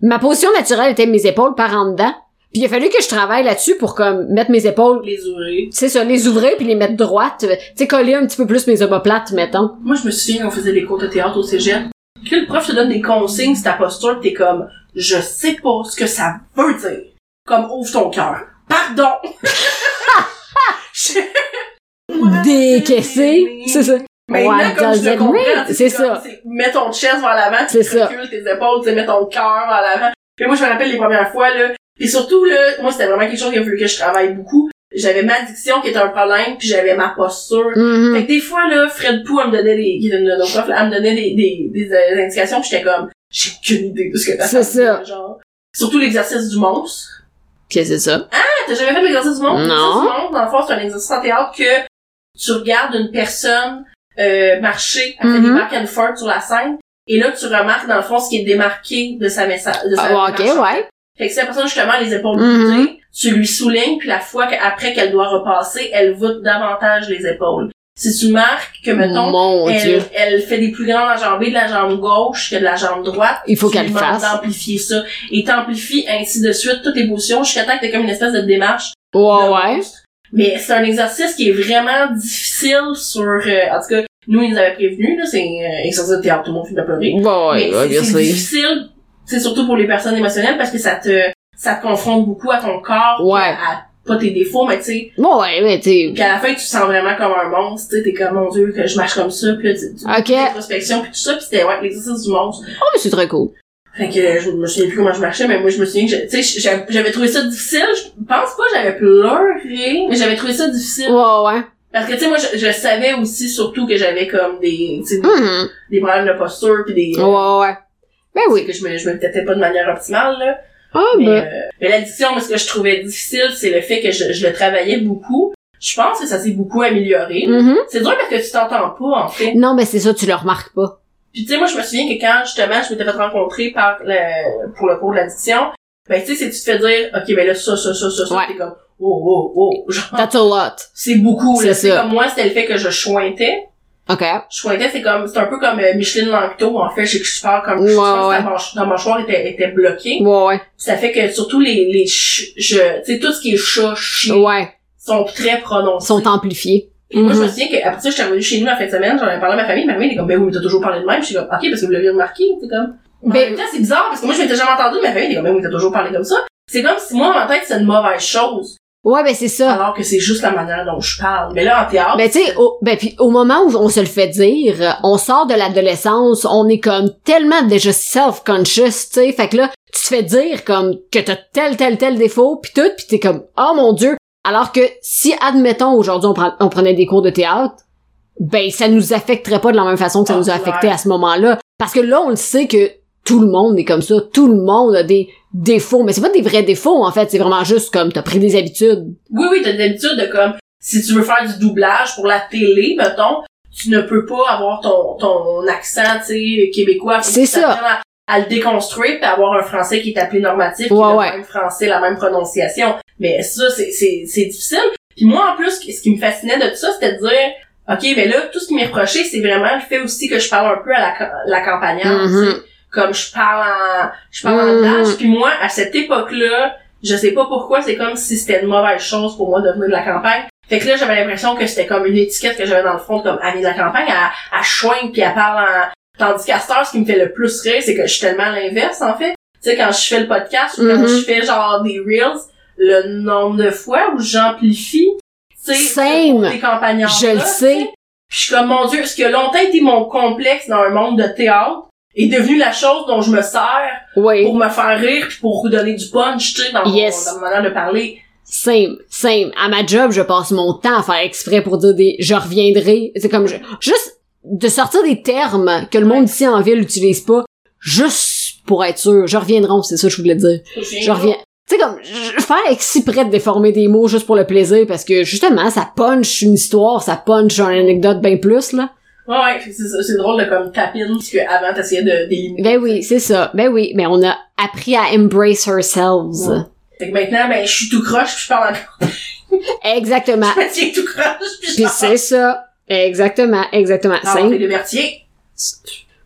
Speaker 1: Ma position naturelle était mes épaules par en dedans. Puis il a fallu que je travaille là-dessus pour, comme, mettre mes épaules...
Speaker 2: Les oreilles.
Speaker 1: C'est ça, les ouvrir puis les mettre droites. euh, Tu sais, coller un petit peu plus mes omoplates, mettons.
Speaker 2: Moi, je me souviens qu'on faisait des cours de théâtre au cégep. Que le prof te donne des consignes sur ta posture, pis t'es comme, je sais pas ce que ça veut dire. Comme, ouvre ton cœur. Pardon! Je-
Speaker 1: Décaisser, c'est ça.
Speaker 2: Maintenant,
Speaker 1: What
Speaker 2: Ben, comme je
Speaker 1: does
Speaker 2: le
Speaker 1: it
Speaker 2: comprends,
Speaker 1: mean?
Speaker 2: tu sais,
Speaker 1: C'est
Speaker 2: comme,
Speaker 1: ça.
Speaker 2: c'est Mets ton chest vers l'avant, tu
Speaker 1: C'est ça.
Speaker 2: recules tes épaules, tu sais, mets ton cœur vers l'avant. Puis moi, je me rappelle les premières fois, là. Et surtout, là, moi, c'était vraiment quelque chose qui a voulu que je travaille beaucoup. J'avais ma diction qui était un problème, puis j'avais ma posture.
Speaker 1: Mhm.
Speaker 2: Fait que des fois, là, Fred Pou, elle me donnait des, il est une de nos profs, là, elle me donnait des, des, des, euh, des indications, pis j'étais comme, j'ai aucune idée de ce que t'as
Speaker 1: C'est ça.
Speaker 2: Genre. Surtout l'exercice du monstre.
Speaker 1: Qu'est-ce que c'est ça?
Speaker 2: T'as jamais fait l'exercice du
Speaker 1: Non.
Speaker 2: monde? L'exercice du monde, dans le fond, c'est un exercice en théâtre que tu regardes une personne euh, marcher, elle fait des
Speaker 1: Mhm.
Speaker 2: back and forth sur la scène, et là, tu remarques, dans le fond, ce qui est démarqué de sa message. De sa
Speaker 1: Ah, ok,
Speaker 2: marche.
Speaker 1: ouais.
Speaker 2: Fait que si la personne, justement, les épaules
Speaker 1: Mhm.
Speaker 2: boutées, tu lui soulignes, puis la fois qu'après qu'elle doit repasser, elle voûte davantage les épaules. Si tu marques que, mettons,
Speaker 1: Mon Dieu.
Speaker 2: elle, elle fait des plus grandes enjambées de la jambe gauche que de la jambe droite.
Speaker 1: Il faut
Speaker 2: Tu lui
Speaker 1: qu'elle le
Speaker 2: demandes
Speaker 1: fasse.
Speaker 2: d'amplifier ça. Et t'amplifies ainsi de suite toutes tes positions jusqu'à temps que t'aies comme une espèce de démarche.
Speaker 1: Ouais,
Speaker 2: de
Speaker 1: ouais.
Speaker 2: monstre. Mais c'est un exercice qui est vraiment difficile sur... euh, en tout cas, nous, ils nous avaient prévenus, là, c'est euh, un exercice de théâtre, tout le monde finit par pleurer.
Speaker 1: Bon,
Speaker 2: Mais
Speaker 1: ouais,
Speaker 2: c'est-
Speaker 1: bien
Speaker 2: c'est
Speaker 1: sûr.
Speaker 2: difficile, c'est surtout pour les personnes émotionnelles, parce que ça te ça te confronte beaucoup à ton corps,
Speaker 1: Ouais.
Speaker 2: à pas tes défauts, mais tu sais,
Speaker 1: Bon, ouais, mais t'sais...
Speaker 2: puis à la fin, tu te sens vraiment comme un monstre, tu sais, t'es comme, mon dieu, que je marche comme ça, pis là, tu, tu
Speaker 1: Ok.
Speaker 2: fais l'introspection, pis tout ça, pis c'était, ouais, l'exercice du monstre.
Speaker 1: Oh, mais c'est très cool.
Speaker 2: Fait que euh, je me souviens plus comment je marchais, mais moi, je me souviens que, je- tu sais, j'avais- j'avais trouvé ça difficile, je pense pas, que j'avais pleuré, mais j'avais trouvé ça difficile.
Speaker 1: Ouais, ouais.
Speaker 2: Parce que, tu sais, moi, je, je savais aussi, surtout, que j'avais comme des, tu sais,
Speaker 1: Mhm.
Speaker 2: des problèmes de posture, pis des...
Speaker 1: Ouais, ouais, ouais. Ben oui.
Speaker 2: que je me, je me têtais pas de manière optimale, là.
Speaker 1: Ah,
Speaker 2: Mais,
Speaker 1: ben.
Speaker 2: euh, mais l'addiction, moi, ce que je trouvais difficile, c'est le fait que je, je le travaillais beaucoup. Je pense que ça s'est beaucoup amélioré.
Speaker 1: Mhm.
Speaker 2: C'est dur parce que tu t'entends pas, en fait.
Speaker 1: Non, mais c'est ça, tu le remarques pas.
Speaker 2: Puis tu sais, moi, je me souviens que quand, justement, je m'étais fait rencontrer par le, pour le cours de l'addiction, ben tu sais, c'est tu te fais dire, OK, ben là, ça, ça, ça, ça, ça,
Speaker 1: Ouais.
Speaker 2: t'es comme, oh, oh, oh, genre,
Speaker 1: That's a lot.
Speaker 2: c'est beaucoup, là.
Speaker 1: C'est
Speaker 2: C'est
Speaker 1: ça.
Speaker 2: comme moi, c'était le fait que je chointais.
Speaker 1: OK.
Speaker 2: Chointais, c'est comme, c'est un peu comme euh, Micheline Lanctot, en fait, c'est que je parle comme,
Speaker 1: Ouais,
Speaker 2: je pense
Speaker 1: ouais.
Speaker 2: que ta mâch- ta mâchoire était, était bloquée.
Speaker 1: Ouais, ouais.
Speaker 2: Ça fait que, surtout, les, les ch- je, tu sais, tout ce qui est chat, chien,
Speaker 1: Ouais.
Speaker 2: sont très prononcés.
Speaker 1: Sont amplifiés.
Speaker 2: Puis moi, je me
Speaker 1: Mhm.
Speaker 2: souviens qu'après ça, j'étais revenue chez nous la fin de semaine, j'en avais parlé à ma famille, ma famille était comme, ben oui, mais t'as toujours parlé de même. Puis J'étais comme, ok, parce que vous l'avez remarqué, c'est comme.
Speaker 1: Ben-
Speaker 2: Ben, en même temps, c'est bizarre, parce que moi, je m'étais jamais entendu, ma famille était comme, ben oui, t'as toujours parlé comme ça. C'est comme si moi, dans ma tête, c'est une mauvaise chose,
Speaker 1: Ouais, ben c'est ça.
Speaker 2: alors que c'est juste la manière dont je parle. Mais là, en théâtre,
Speaker 1: Ben tu sais, au, ben puis au moment où on se le fait dire, euh, on sort de l'adolescence, on est comme tellement déjà self-conscious, tu sais, fait que là, tu te fais dire comme que t'as tel tel tel défaut puis tout, puis t'es comme oh mon dieu. Alors que si admettons aujourd'hui on, prend- on prenait des cours de théâtre, ben ça nous affecterait pas de la même façon que ça
Speaker 2: Ah,
Speaker 1: nous a affecté
Speaker 2: ouais.
Speaker 1: à ce moment-là, parce que là on le sait que tout le monde est comme ça, tout le monde a des défauts, mais c'est pas des vrais défauts en fait, c'est vraiment juste comme t'as pris des habitudes.
Speaker 2: oui, oui, t'as l'habitude de comme, si tu veux faire du doublage pour la télé, mettons, tu ne peux pas avoir ton, ton accent, tu sais, québécois. Faut que
Speaker 1: C'est
Speaker 2: tu
Speaker 1: ça.
Speaker 2: t'apprennes À, à le déconstruire puis avoir un français qui est appelé normatif, qui
Speaker 1: Ouais,
Speaker 2: a
Speaker 1: ouais.
Speaker 2: le même français, la même prononciation. Mais ça, c'est, c'est, c'est difficile. Puis moi, en plus, ce qui me fascinait de tout ça, c'était de dire, OK, mais là, tout ce qui m'est reproché, c'est vraiment le fait aussi que je parle un peu à la, ca- la campagnarde,
Speaker 1: Mhm.
Speaker 2: tu sais. Comme je parle en, je parle
Speaker 1: Mhm.
Speaker 2: en village. Puis moi, à cette époque-là, je sais pas pourquoi, c'est comme si c'était une mauvaise chose pour moi de venir de la campagne. Fait Fait que là, j'avais l'impression que c'était comme une étiquette que j'avais dans le front, comme Annie de la campagne, à, à choigne puis elle parle en... Tandis qu'à cette heure, ce qui me fait le plus rire, c'est que je suis tellement l'inverse, en fait. Tu sais, quand je fais le podcast ou quand
Speaker 1: Mhm.
Speaker 2: je fais genre des reels, le nombre de fois où j'amplifie, tu sais,
Speaker 1: Same.
Speaker 2: des campagnards
Speaker 1: Je le sais.
Speaker 2: Puis je suis comme, mon Dieu, ce qui a longtemps été mon complexe dans un monde de théâtre est devenu la chose dont je me sers
Speaker 1: Oui.
Speaker 2: pour me faire rire puis pour donner du punch, tu sais, dans, mon-
Speaker 1: Yes.
Speaker 2: dans ma manière de parler.
Speaker 1: Same, same. À ma job, je passe mon temps à faire exprès pour dire des je reviendrai. C'est comme je- juste de sortir des termes que le monde ici en ville utilise pas, juste pour être sûr. Je reviendrai, c'est ça que je voulais dire. Je reviens. Tu sais, comme, je- faire exprès de déformer des mots juste pour le plaisir, parce que, justement, ça punch une histoire, ça punch une anecdote bien plus, là.
Speaker 2: Ouais, ouais, fait que c'est ça, c'est drôle de comme tapine, parce que avant t'essayais de d'éliminer.
Speaker 1: Ben oui, c'est ça. Ben oui, mais on a appris à embrace ourselves.
Speaker 2: Ouais. Fait que maintenant, ben, je suis tout croche puis je parle encore.
Speaker 1: Exactement.
Speaker 2: Je me tiens tout croche puis je Ah
Speaker 1: Puis
Speaker 2: parle.
Speaker 1: c'est ça. Exactement, exactement.
Speaker 2: Non,
Speaker 1: Cinq.
Speaker 2: c'est le Berthier.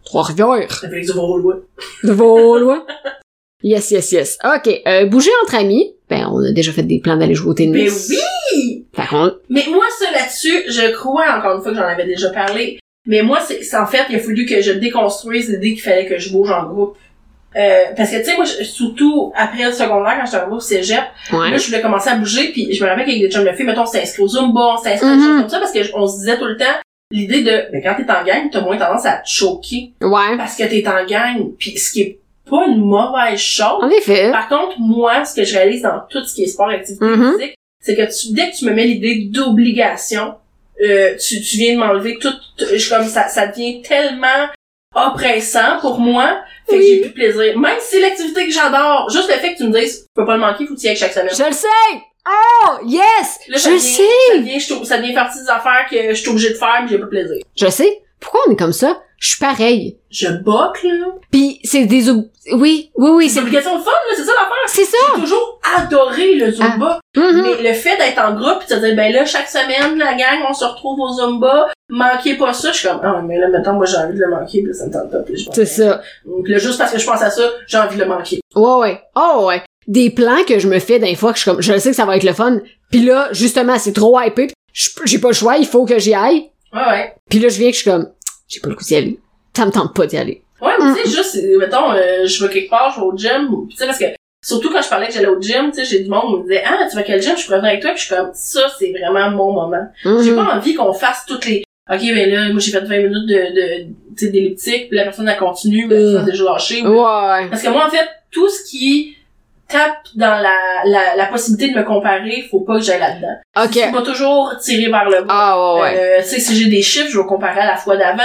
Speaker 1: Trois-Rivières.
Speaker 2: Ça fait que du Vaulois.
Speaker 1: De Vaulois. Yes, yes, yes. OK, euh, bouger entre amis. Ben, on a déjà fait des plans d'aller jouer au
Speaker 2: Mais
Speaker 1: tennis.
Speaker 2: Ben oui!
Speaker 1: Par contre,
Speaker 2: Mais moi, ça là-dessus, je crois, encore une fois, que j'en avais déjà parlé, mais moi, c'est c'est- en fait, il a fallu que je déconstruise l'idée qu'il fallait que je bouge en groupe. Euh, parce que, tu sais, moi, je- surtout après le secondaire, quand j'étais en groupe cégep, là,
Speaker 1: ouais.
Speaker 2: je voulais commencer à bouger, puis je me rappelle qu'avec des chums de filles, mettons, on s'est inscrit au Zumba, on s'est inscrit à des
Speaker 1: Mhm.
Speaker 2: choses comme ça, parce que je- on se disait tout le temps, l'idée de, ben, quand t'es en gang, t'as moins tendance à te choquer,
Speaker 1: Ouais.
Speaker 2: parce que t'es en gang, puis ce qui est pas une mauvaise chose,
Speaker 1: En effet.
Speaker 2: par contre, moi, ce que je réalise dans tout ce qui est sport et activité
Speaker 1: Mhm.
Speaker 2: physique, c'est que tu, dès que tu me mets l'idée d'obligation, euh, tu, tu viens de m'enlever tout, tout- je, comme ça, ça devient tellement oppressant pour moi, fait que
Speaker 1: Oui.
Speaker 2: j'ai plus de plaisir. Même si c'est l'activité que j'adore, juste le fait que tu me dises, tu peux pas le manquer, faut que tu y ailles chaque semaine.
Speaker 1: Je le sais! Oh, yes!
Speaker 2: Là, ça
Speaker 1: je le
Speaker 2: devient-
Speaker 1: sais!
Speaker 2: Ça devient, je trouve- ça devient partie des affaires que je suis obligée de faire, mais j'ai pas de plaisir.
Speaker 1: Je sais. Pourquoi on est comme ça? Je suis pareil.
Speaker 2: Je boque, là.
Speaker 1: Puis c'est des... ob- Oui, oui, oui,
Speaker 2: C'est
Speaker 1: c'est...
Speaker 2: une obligation de fun, là, c'est ça l'affaire.
Speaker 1: C'est ça!
Speaker 2: J'ai toujours adoré le Zumba.
Speaker 1: Mhm.
Speaker 2: Mais le fait d'être en groupe pis de dire ben là chaque semaine la gang on se retrouve au Zumba, manquez pas ça, je suis comme ah mais là maintenant moi j'ai envie de le manquer pis ça me tente pas pis je
Speaker 1: C'est ça.
Speaker 2: Donc là juste parce que je pense à ça, j'ai envie de le manquer.
Speaker 1: Ouais, ouais. Oh, ouais. Des plans que je me fais d'un fois que je suis comme... Je sais que ça va être le fun. Puis là, justement, c'est trop hypé. pis je- J'ai pas le choix, il faut que j'y aille.
Speaker 2: Ouais ouais.
Speaker 1: Puis là, je viens que je suis comme... J'ai pas le coup d'y aller. Ça me tente pas d'y aller.
Speaker 2: Ouais, mais
Speaker 1: Mhm.
Speaker 2: tu sais, juste, euh, mettons, euh, je vais quelque part, je vais au gym, ou- tu sais, parce que, surtout quand je parlais que j'allais au gym, tu sais, j'ai du monde qui me disait, ah, tu vas à quel gym, je pourrais venir avec toi, puis je suis comme, ça, c'est vraiment mon moment. J'ai
Speaker 1: Mhm.
Speaker 2: pas envie qu'on fasse toutes les, ok, ben là, moi, j'ai fait 20 minutes de, de, tu sais, d'elliptique, puis la personne, elle continue, mais
Speaker 1: Euh.
Speaker 2: elle a déjà lâché, ou-
Speaker 1: Ouais.
Speaker 2: ben. Parce que moi, en fait, tout ce qui tape dans la, la, la possibilité de me comparer, faut pas que j'aille là-dedans.
Speaker 1: OK.
Speaker 2: Je vais toujours tirer vers le bas.
Speaker 1: Ah, ouais, ouais.
Speaker 2: Euh, tu sais, si j'ai des chiffres, je vais comparer à la fois d'avant.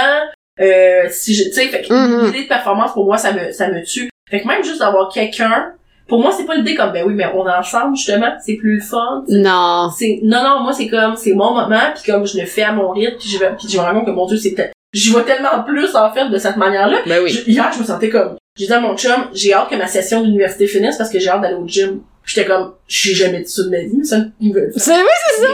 Speaker 2: Euh, si j'ai, tu sais, fait que
Speaker 1: Mhm.
Speaker 2: l'idée de performance, pour moi, ça me, ça me tue. Fait que même juste d'avoir quelqu'un, pour moi, c'est pas l'idée comme, ben oui, mais on est ensemble, justement, c'est plus le fun.
Speaker 1: Non.
Speaker 2: C'est, non, non, moi, c'est comme, c'est mon moment, puis comme je le fais à mon rythme, puis je vais, puis je me rends compte que mon Dieu, c'est peut-être, j'y vois tellement plus, en fait, de cette manière-là,
Speaker 1: Ben
Speaker 2: je- hier, je me sentais comme, j'ai dit à mon chum, j'ai hâte que ma session d'université finisse parce que j'ai hâte d'aller au gym. J'étais comme, j'ai jamais dit ça de ma vie, mais ça, ils veulent.
Speaker 1: C'est vrai?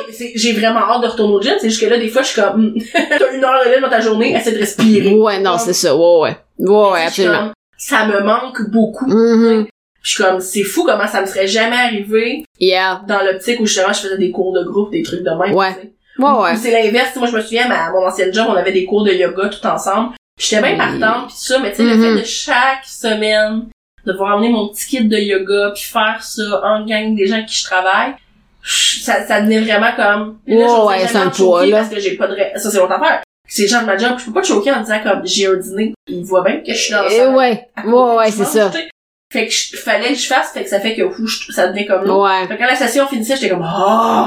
Speaker 2: Mais c'est- J'ai vraiment hâte de retourner au gym, c'est juste que là, des fois, je suis comme, hmm, t'as une heure de libre dans ta journée, essaie de respirer.
Speaker 1: Ouais, non, c'est ça. Ouais, ouais. Ouais, ouais,
Speaker 2: Je suis
Speaker 1: absolument.
Speaker 2: comme, Ça me manque beaucoup.
Speaker 1: Mhm.
Speaker 2: Je suis comme, c'est fou comment ça me serait jamais arrivé
Speaker 1: Yeah.
Speaker 2: dans l'optique où justement je faisais des cours de groupe, des trucs de même.
Speaker 1: Ouais.
Speaker 2: tu sais.
Speaker 1: Ouais,
Speaker 2: Ou-
Speaker 1: Ah ouais.
Speaker 2: ou C'est l'inverse. Moi, je me souviens, à mon ancienne job, on avait des cours de yoga tout ensemble. Puis J'étais bien
Speaker 1: Mm.
Speaker 2: partante pis tout ça, mais tu sais, le
Speaker 1: Mhm.
Speaker 2: fait de chaque semaine devoir amener mon petit kit de yoga puis faire ça en gang des gens avec qui je travaille, je- ça, ça devenait vraiment comme... Puis là,
Speaker 1: Ouais,
Speaker 2: je me
Speaker 1: ouais,
Speaker 2: disais,
Speaker 1: c'est un
Speaker 2: j'aime choquer
Speaker 1: poids, là.
Speaker 2: Parce que j'ai pas de... ra- Ça, c'est l'autre affaire. C'est les gens de ma job, je peux pas te choquer en disant comme, j'ai un dîner, ils voient bien que je suis dans la
Speaker 1: Eh
Speaker 2: salle
Speaker 1: ouais.
Speaker 2: à côté
Speaker 1: Ouais, ouais,
Speaker 2: du
Speaker 1: c'est
Speaker 2: monde,
Speaker 1: ça.
Speaker 2: tu sais. Fait que je- fallait que je fasse, fait que ça fait que ouf, je- ça devenait comme... lourd.
Speaker 1: Ouais.
Speaker 2: Fait que quand la session finissait, j'étais comme, oh!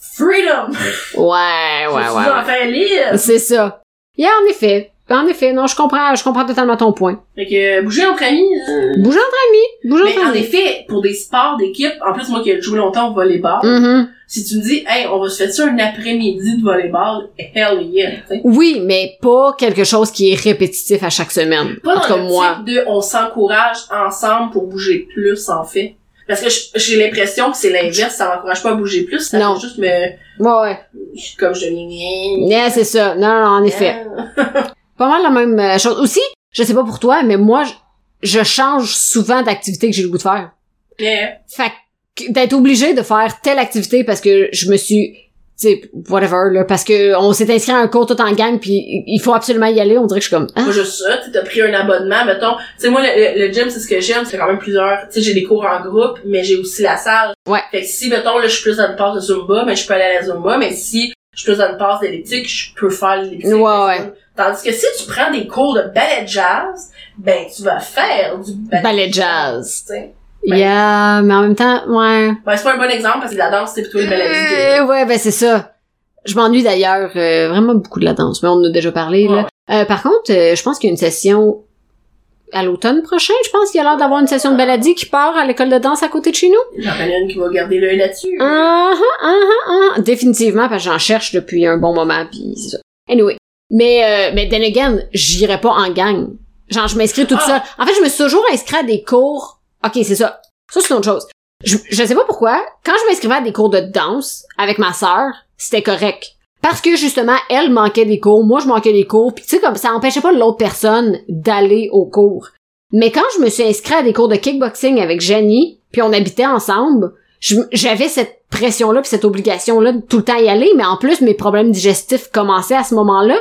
Speaker 2: Freedom!
Speaker 1: Ouais, ouais,
Speaker 2: Je
Speaker 1: ouais.
Speaker 2: suis enfin libre.
Speaker 1: C'est ça. Yeah, en effet. En effet, non, je comprends, je comprends totalement ton point.
Speaker 2: Fait que euh, bouger entre amis. euh,
Speaker 1: Bouge entre amis, bouge
Speaker 2: Mais
Speaker 1: entre
Speaker 2: en
Speaker 1: amis.
Speaker 2: effet, pour des sports d'équipe, en plus moi qui ai joué longtemps au volleyball,
Speaker 1: Mhm.
Speaker 2: si tu me dis Hey, on va se faire ça un après-midi de volleyball, hell yeah, tu sais.
Speaker 1: Oui, mais pas quelque chose qui est répétitif à chaque semaine.
Speaker 2: Pas
Speaker 1: en tout
Speaker 2: dans
Speaker 1: cas,
Speaker 2: le
Speaker 1: moi.
Speaker 2: de on s'encourage ensemble pour bouger plus en fait. Parce que j- j'ai l'impression que c'est l'inverse, ça m'encourage pas à bouger plus, ça
Speaker 1: Non.
Speaker 2: fait juste me
Speaker 1: Ouais, ouais.
Speaker 2: comme je deviens.
Speaker 1: Yeah, c'est ça. Non, non, en effet.
Speaker 2: Ah.
Speaker 1: pas mal la même euh, chose. Aussi, je sais pas pour toi, mais moi, je, je change souvent d'activité que j'ai le goût de faire.
Speaker 2: Yeah.
Speaker 1: Fait que d'être obligé de faire telle activité parce que je me suis sais, whatever, là, parce que on s'est inscrit à un cours tout en gang, puis il faut absolument y aller, on dirait que je suis comme, ah,
Speaker 2: Pas juste ça, tu t'as pris un abonnement, mettons. Tu sais, moi, le, le- le gym, c'est ce que j'aime, c'est quand même plusieurs. Tu sais, j'ai des cours en groupe, mais j'ai aussi la salle.
Speaker 1: Ouais.
Speaker 2: Fait que si, mettons, là, je suis plus dans une passe de Zumba, mais je peux aller à la Zumba, mais si je suis plus dans une passe d'elliptique, je peux faire l'elliptique.
Speaker 1: Ouais, ouais.
Speaker 2: Tandis que si tu prends des cours de ballet de jazz, ben, tu vas faire du ballet,
Speaker 1: ballet de jazz.
Speaker 2: Ben, tu sais. Ouais.
Speaker 1: Yeah, mais en même temps, ouais.
Speaker 2: Ben, c'est pas un bon exemple parce que la danse, c'est plutôt le ballet
Speaker 1: Euh, ouais, ben c'est ça. Je m'ennuie d'ailleurs euh, vraiment beaucoup de la danse, mais on en a déjà parlé. Là. Euh, par contre, euh, je pense qu'il y a une session à l'automne prochain. Je pense qu'il y a l'air d'avoir une session de baladi qui part à l'école de danse à côté de chez nous.
Speaker 2: J'en connais une qui va garder l'œil là-dessus.
Speaker 1: Ah, ah, ah, ah. Définitivement, parce que j'en cherche depuis un bon moment, puis c'est ça. Anyway. Mais, euh, mais then again, j'irai pas en gang. Genre, je m'inscris toute
Speaker 2: Ah.
Speaker 1: seule. En fait, je me suis toujours inscrite à des cours... OK, c'est ça. Ça, c'est une autre chose. Je, je sais pas pourquoi, quand je m'inscrivais à des cours de danse avec ma sœur, c'était correct. Parce que, justement, elle manquait des cours, moi, je manquais des cours, puis tu sais, comme ça empêchait pas l'autre personne d'aller aux cours. Mais quand je me suis inscrite à des cours de kickboxing avec Jenny, puis on habitait ensemble, je- j'avais cette pression-là puis cette obligation-là de tout le temps y aller, mais en plus, mes problèmes digestifs commençaient à ce moment-là.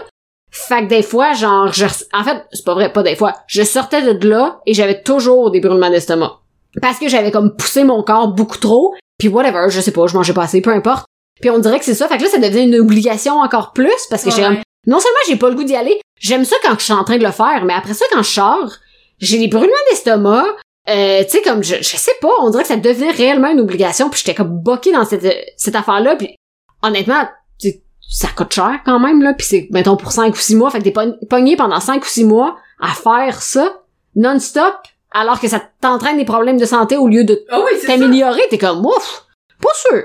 Speaker 1: Fait que des fois, genre, je, res- en fait, c'est pas vrai, pas des fois, je sortais de là et j'avais toujours des brûlements d'estomac. Parce que j'avais comme poussé mon corps beaucoup trop, puis whatever, je sais pas, je mangeais pas assez, peu importe. Puis on dirait que c'est ça, fait que là, ça devient une obligation encore plus, parce que j'ai
Speaker 2: Ouais.
Speaker 1: comme, non seulement j'ai pas le goût d'y aller, j'aime ça quand je suis en train de le faire, mais après ça, quand je sors, j'ai des brûlements d'estomac, euh, tu sais, comme, je, je sais pas, on dirait que ça devenait réellement une obligation, puis j'étais comme boquée dans cette, euh, cette affaire-là, puis honnêtement, tu sais, ça coûte cher quand même, là, puis c'est, mettons, pour 5 ou 6 mois, fait que t'es pogn- pogné pendant 5 ou 6 mois à faire ça, non-stop, alors que ça t'entraîne des problèmes de santé au lieu de
Speaker 2: Ah oui, c'est ça.
Speaker 1: t'améliorer, t'es comme, ouf, pas sûr,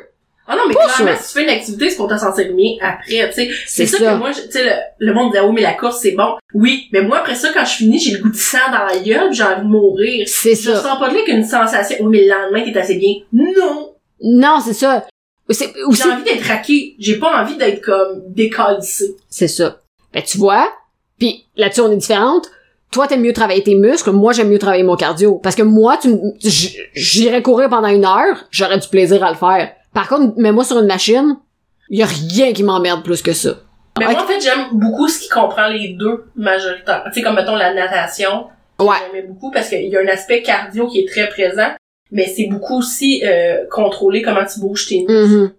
Speaker 2: Ah non, mais
Speaker 1: Pas
Speaker 2: clairement,
Speaker 1: sûr.
Speaker 2: si tu fais une activité, c'est pour te sentir mieux après, tu sais.
Speaker 1: c'est
Speaker 2: C'est ça,
Speaker 1: ça.
Speaker 2: que moi, je- tu sais, le, le monde dit, ah oui, mais la course, c'est bon. Oui, mais moi, après ça, quand je finis, j'ai le goût de sang dans la gueule, puis j'ai envie de mourir.
Speaker 1: C'est
Speaker 2: Je
Speaker 1: ça.
Speaker 2: sens pas de là qu'une sensation, oui, mais le lendemain, t'es assez bien. Non!
Speaker 1: Non, c'est ça. C'est, aussi,
Speaker 2: J'ai envie d'être raqué. J'ai pas envie d'être comme décalissé.
Speaker 1: C'est ça. Ben, tu vois, puis là-dessus, on est différentes. Toi, t'aimes mieux travailler tes muscles, moi, j'aime mieux travailler mon cardio. Parce que moi, tu, m- j- j'irais courir pendant une heure, j'aurais du plaisir à le faire. Par contre, mets-moi sur une machine, y a rien qui m'emmerde plus que ça.
Speaker 2: Mais
Speaker 1: Ouais.
Speaker 2: moi, en fait, j'aime beaucoup ce qui comprend les deux majoritairement. Tu sais, comme mettons la natation.
Speaker 1: Ouais.
Speaker 2: J'aimais beaucoup parce qu'il y a un aspect cardio qui est très présent, mais c'est beaucoup aussi euh, contrôler comment tu bouges tes mains.
Speaker 1: Mhm.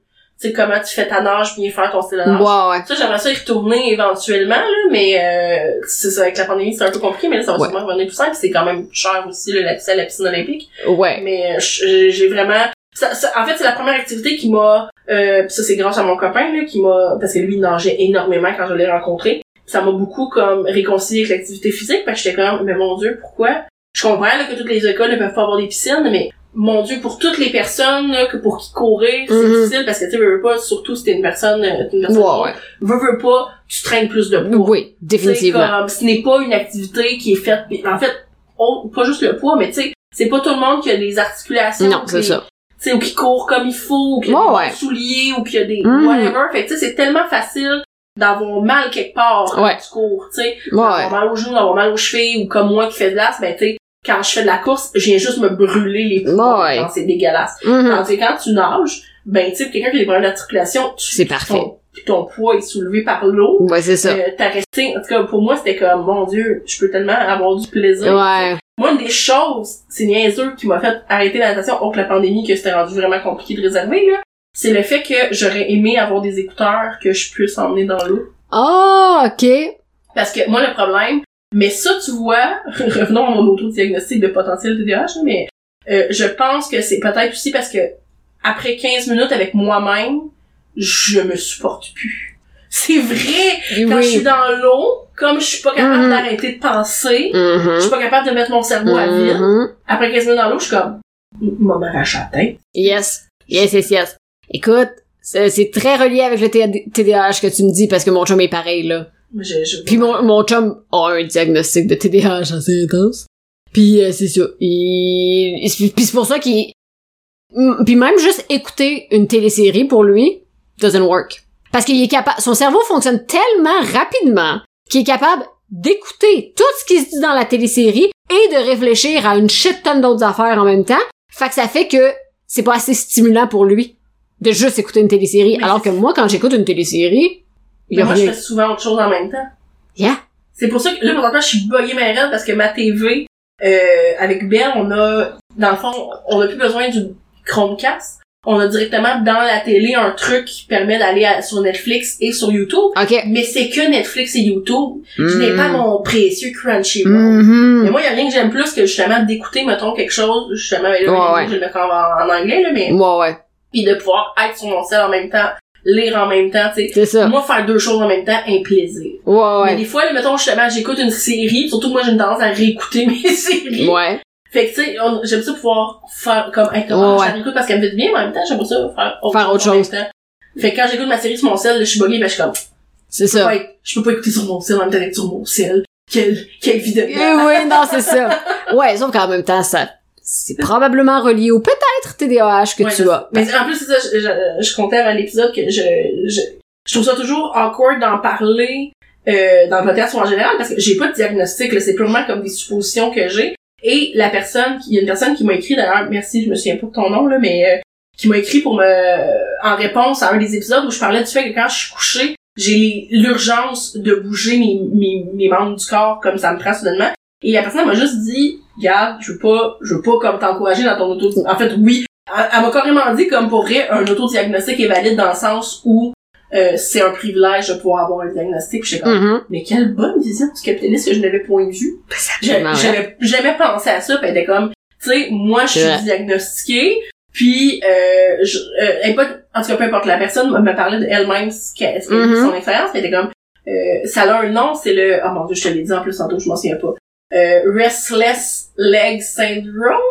Speaker 2: Tu sais, comment tu fais ta nage, bien faire ton style de
Speaker 1: Ouais,
Speaker 2: nage.
Speaker 1: ouais.
Speaker 2: Ça, j'aimerais ça y retourner éventuellement, là, mais euh, c'est ça, avec la pandémie, c'est un peu compliqué, mais là, ça va
Speaker 1: Ouais.
Speaker 2: sûrement revenir tout ça, puis c'est quand même cher aussi, là, la piscine, la piscine olympique.
Speaker 1: Ouais.
Speaker 2: Mais euh, je- j'ai vraiment... ça- ça- en fait, c'est la première activité qui m'a... Euh, pis ça, c'est grâce à mon copain, là, qui m'a... Parce que lui, il nageait énormément quand je l'ai rencontré. Ça m'a beaucoup, comme, réconcilié avec l'activité physique, parce que j'étais comme, mais mon Dieu, pourquoi? Je comprends, là, que toutes les écoles ne peuvent pas avoir des piscines, mais... Mon Dieu, pour toutes les personnes, là, que pour qui courir, c'est
Speaker 1: Mhm.
Speaker 2: difficile, parce que, tu sais, veux veux pas, surtout si t'es une personne, euh, t'es une personne
Speaker 1: Ouais, ouais.
Speaker 2: veux, veux pas, tu traînes plus de poids.
Speaker 1: Oui,
Speaker 2: Tu sais,
Speaker 1: définitivement.
Speaker 2: Comme, ce n'est pas une activité qui est faite, pis- en fait, on- pas juste le poids, mais tu sais, c'est pas tout le monde qui a des articulations.
Speaker 1: Non,
Speaker 2: qui-
Speaker 1: c'est ça.
Speaker 2: Tu sais, ou qui court comme il faut, ou qui a
Speaker 1: Ouais,
Speaker 2: des
Speaker 1: ouais.
Speaker 2: souliers, ou qui a des
Speaker 1: Mm.
Speaker 2: whatever. Fait que tu sais, c'est tellement facile d'avoir mal quelque part quand
Speaker 1: Ouais.
Speaker 2: tu cours, tu sais.
Speaker 1: Ouais,
Speaker 2: D'avoir
Speaker 1: ouais.
Speaker 2: mal aux genoux, d'avoir mal aux chevilles, ou comme moi qui fais de l'as, ben tu sais, quand je fais de la course, je viens juste me brûler les poumons.
Speaker 1: Ouais.
Speaker 2: Genre, C'est dégueulasse.
Speaker 1: Mhm.
Speaker 2: Tandis que quand tu nages, ben tu sais, pour quelqu'un qui a des problèmes d'articulation, tu
Speaker 1: C'est parfait.
Speaker 2: ton, ton poids est soulevé par l'eau.
Speaker 1: Ouais, c'est ça.
Speaker 2: Euh, t'as resté, en tout cas, pour moi, c'était comme, mon Dieu, je peux tellement avoir du plaisir.
Speaker 1: Ouais.
Speaker 2: Moi, une des choses, c'est niaiseux, qui m'a fait arrêter la natation, oh, que la pandémie, que c'était rendu vraiment compliqué de réserver, là, c'est le fait que j'aurais aimé avoir des écouteurs que je puisse emmener dans l'eau.
Speaker 1: Ah, ok.
Speaker 2: Parce que, moi, le problème, mais ça, tu vois, revenons à mon auto-diagnostic de potentiel TDAH, là, mais euh, je pense que c'est peut-être aussi parce que, après 15 minutes avec moi-même, je me supporte plus. C'est vrai! Quand je suis
Speaker 1: Oui.
Speaker 2: dans l'eau, comme je suis pas capable
Speaker 1: Mhm.
Speaker 2: d'arrêter de penser, je
Speaker 1: Mhm.
Speaker 2: suis pas capable de mettre mon cerveau à vide.
Speaker 1: Mhm.
Speaker 2: Après 15 minutes dans l'eau, je suis comme, maman m'arrache la tête.
Speaker 1: Yes. Yes, yes, yes. Écoute, c'est c'est très relié avec le TD TDAH que tu me dis parce que mon chum est pareil, là.
Speaker 2: Mais je- je-
Speaker 1: Puis mon, mon chum a un diagnostic de TDAH assez intense. Puis euh, c'est ça. Il... il se- Puis c'est pour ça qu'il... Mm, Puis même juste écouter une télésérie pour lui doesn't work. Parce qu'il est capable... Son cerveau fonctionne tellement rapidement qu'il est capable d'écouter tout ce qui se dit dans la télésérie et de réfléchir à une shit tonne d'autres affaires en même temps. Fait que ça fait que c'est pas assez stimulant pour lui. de juste écouter une télésérie.
Speaker 2: Mais
Speaker 1: alors que moi, quand j'écoute une télésérie, il y
Speaker 2: Mais
Speaker 1: a
Speaker 2: moi, je
Speaker 1: rien.
Speaker 2: fais souvent autre chose en même temps.
Speaker 1: Yeah.
Speaker 2: C'est pour ça que là, présentement, je suis buggée ma reine parce que ma TV, euh, avec Belle, on a, dans le fond, on n'a plus besoin du Chromecast. On a directement dans la télé un truc qui permet d'aller à- sur Netflix et sur YouTube.
Speaker 1: OK.
Speaker 2: Mais c'est que Netflix et YouTube. Je n'ai
Speaker 1: Mm.
Speaker 2: pas mon précieux Crunchyroll.
Speaker 1: Mhm.
Speaker 2: Mais moi, il y a rien que j'aime plus que justement d'écouter, mettons, quelque chose, justement, mais là,
Speaker 1: Ouais, ouais.
Speaker 2: je le mets en, en anglais, là, mais,
Speaker 1: Ouais, ouais.
Speaker 2: puis de pouvoir être sur mon sel en même temps, lire en même temps, tu sais.
Speaker 1: C'est ça.
Speaker 2: Moi, faire deux choses en même temps, un plaisir.
Speaker 1: Ouais,
Speaker 2: Mais
Speaker 1: ouais.
Speaker 2: des fois, là, mettons, justement, j'écoute une série, surtout que moi, j'ai une tendance à réécouter mes séries.
Speaker 1: Ouais.
Speaker 2: Fait que, tu sais, on- j'aime ça pouvoir faire comme, hey,
Speaker 1: Ouais,
Speaker 2: comment
Speaker 1: ouais.
Speaker 2: je la réécoute parce qu'elle me fait du bien, mais en même temps, j'aime ça faire autre
Speaker 1: Faire autre
Speaker 2: chose. en
Speaker 1: chose.
Speaker 2: même temps. Fait que quand j'écoute ma série sur mon sel, là, je suis buggée, ben, je suis comme, je
Speaker 1: C'est
Speaker 2: peux,
Speaker 1: ça.
Speaker 2: pas, être- je peux pas écouter sur mon sel en même temps que sur mon sel. Quelle, quelle vie de
Speaker 1: Eh
Speaker 2: merde.
Speaker 1: oui, non, c'est ça. Ouais, sauf qu'en même temps, ça, c'est probablement relié au peut-être TDAH que
Speaker 2: Ouais,
Speaker 1: tu
Speaker 2: je-
Speaker 1: as.
Speaker 2: Mais en plus, c'est ça, je, je, je comptais avant l'épisode que je, je, je trouve ça toujours awkward d'en parler euh, dans le podcast ou en général parce que j'ai pas de diagnostic, là, c'est purement comme des suppositions que j'ai. Et la personne, qui- il y a une personne qui m'a écrit d'ailleurs, merci, je me souviens pas de ton nom, là, mais euh, qui m'a écrit pour me en réponse à un des épisodes où je parlais du fait que quand je suis couchée, j'ai les- l'urgence de bouger mes, mes, mes membres du corps comme ça me prend soudainement. Et la personne elle m'a juste dit, regarde, je veux pas, je veux pas comme t'encourager dans ton auto. En fait, oui, elle, elle m'a carrément dit comme pour vrai, un autodiagnostic est valide dans le sens où euh, c'est un privilège de pouvoir avoir un diagnostic. Puis j'étais comme,
Speaker 1: Mhm.
Speaker 2: mais quelle bonne vision du capitalisme que je n'avais point vue. J'ai-
Speaker 1: absolument
Speaker 2: J'avais jamais pensé à ça, pis elle était comme, tu sais, moi,
Speaker 1: C'est
Speaker 2: je suis
Speaker 1: vrai.
Speaker 2: diagnostiquée, puis euh, je, euh, elle est pas, en tout cas, peu importe, la personne me- me parlait d'elle-même, ce qu'elle- ce qu'elle-
Speaker 1: Mhm.
Speaker 2: son expérience, pis elle était comme, euh, ça a un nom, c'est le, oh mon dieu, je te l'ai dit en plus tantôt, je m'en souviens pas, euh, Restless Leg Syndrome,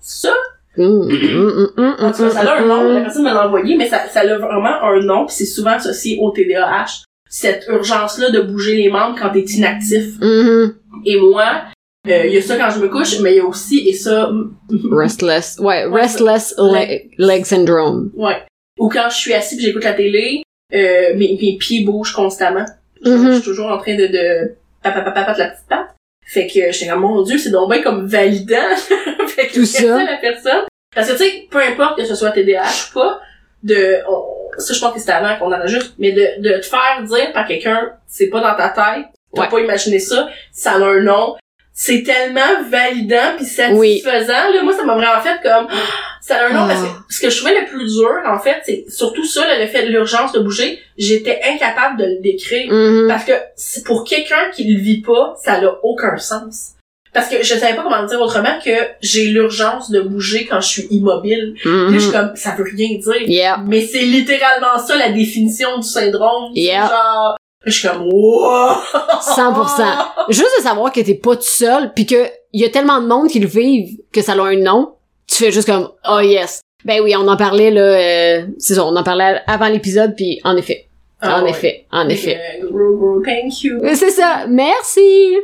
Speaker 2: ça?
Speaker 1: Mhm, mhm, mhm,
Speaker 2: En tout cas, ça a un
Speaker 1: mhm,
Speaker 2: nom, la
Speaker 1: mhm.
Speaker 2: personne me l'a envoyé, mais ça, ça a vraiment un nom, puis c'est souvent associé au TDAH, cette urgence-là de bouger les membres quand t'es inactif.
Speaker 1: Mhm.
Speaker 2: Et moi, euh, il y a ça quand je me couche, mais il y a aussi, et ça, mm,
Speaker 1: Restless. Ouais,
Speaker 2: Ouais,
Speaker 1: restless le- leg syndrome.
Speaker 2: ouais. Ou quand je suis assis pis j'écoute la télé, euh, mes, mes pieds bougent constamment. Je,
Speaker 1: Mhm.
Speaker 2: je suis toujours en train de, de papapapapat la petite patte. Fait que j'étais comme, mon dieu, c'est donc bien comme validant. fait que
Speaker 1: Tout ça.
Speaker 2: merci à la personne. Parce que tu sais, peu importe que ce soit TDAH ou pas, de, on- ça je pense que c'était avant qu'on enregistre, mais de, de te faire dire par quelqu'un, c'est pas dans ta tête, t'as
Speaker 1: Ouais.
Speaker 2: pas imaginé ça, ça a un nom. C'est tellement validant puis satisfaisant,
Speaker 1: Oui.
Speaker 2: là. Moi, ça m'a vraiment fait comme, Ah, ça a un nom
Speaker 1: Ah.
Speaker 2: parce que ce que je trouvais le plus dur, en fait, c'est surtout ça, là, le fait de l'urgence de bouger, j'étais incapable de le décrire.
Speaker 1: Mhm.
Speaker 2: Parce que c'est- pour quelqu'un qui le vit pas, ça n'a aucun sens. Parce que je savais pas comment le dire autrement que j'ai l'urgence de bouger quand je suis immobile. Puis là, je suis
Speaker 1: Mhm.
Speaker 2: comme, ça veut rien dire.
Speaker 1: Yeah.
Speaker 2: Mais c'est littéralement ça la définition du syndrome. C'est
Speaker 1: Yeah.
Speaker 2: Genre, je suis comme, wow!
Speaker 1: 100%. Juste de savoir que t'es pas tout seul, puis que y a tellement de monde qui le vivent que ça a un nom, tu fais juste comme oh yes. Ben oui, on en parlait là, euh, c'est ça, on en parlait avant l'épisode, puis en effet,
Speaker 2: Ah
Speaker 1: en
Speaker 2: ouais.
Speaker 1: effet, en
Speaker 2: Fait
Speaker 1: effet.
Speaker 2: que, gros, gros, thank you.
Speaker 1: Euh, C'est ça, merci.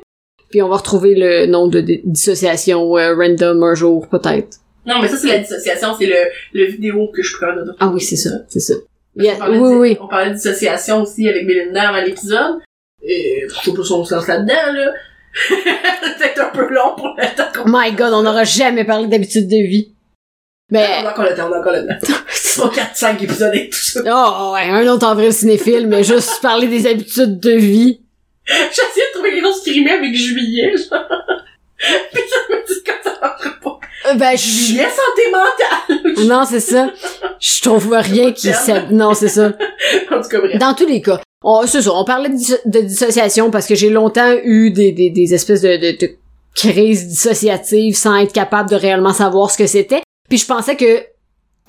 Speaker 1: Puis on va retrouver le nom de di- dissociation euh, random un jour peut-être.
Speaker 2: Non, mais ça, c'est la dissociation. C'est le, le vidéo que je suis capable de
Speaker 1: Ah oui, c'est ça, c'est ça.
Speaker 2: Parce qu'on
Speaker 1: Yeah,
Speaker 2: parlait
Speaker 1: oui,
Speaker 2: de-
Speaker 1: oui.
Speaker 2: On parlait de dissociation aussi avec Melinda avant l'épisode. Et je sais pas si on se lance là-dedans, là. C'est peut-être un peu long pour le temps qu'on...
Speaker 1: My God, on n'aura jamais parlé d'habitude de vie. Mais
Speaker 2: On a encore le temps, on a encore le temps. C'est pas 4-5 épisodes et tout ça.
Speaker 1: oh ouais, un autre avril cinéphile, mais juste parler des habitudes de vie.
Speaker 2: J'essayais de trouver quelque chose qui rimait avec juillet, genre. Puis ça me dit quand ça rentre pas.
Speaker 1: Euh, Ben, je...
Speaker 2: Juillet santé mentale!
Speaker 1: non, c'est ça. Je trouve rien qui
Speaker 2: J'aime.
Speaker 1: s'aide. Non, c'est ça.
Speaker 2: En tout cas, bref.
Speaker 1: Dans tous les cas, on, c'est ça. On parlait de, disso- de dissociation parce que j'ai longtemps eu des, des, des espèces de, de, de crises dissociatives sans être capable de réellement savoir ce que c'était. Puis je pensais que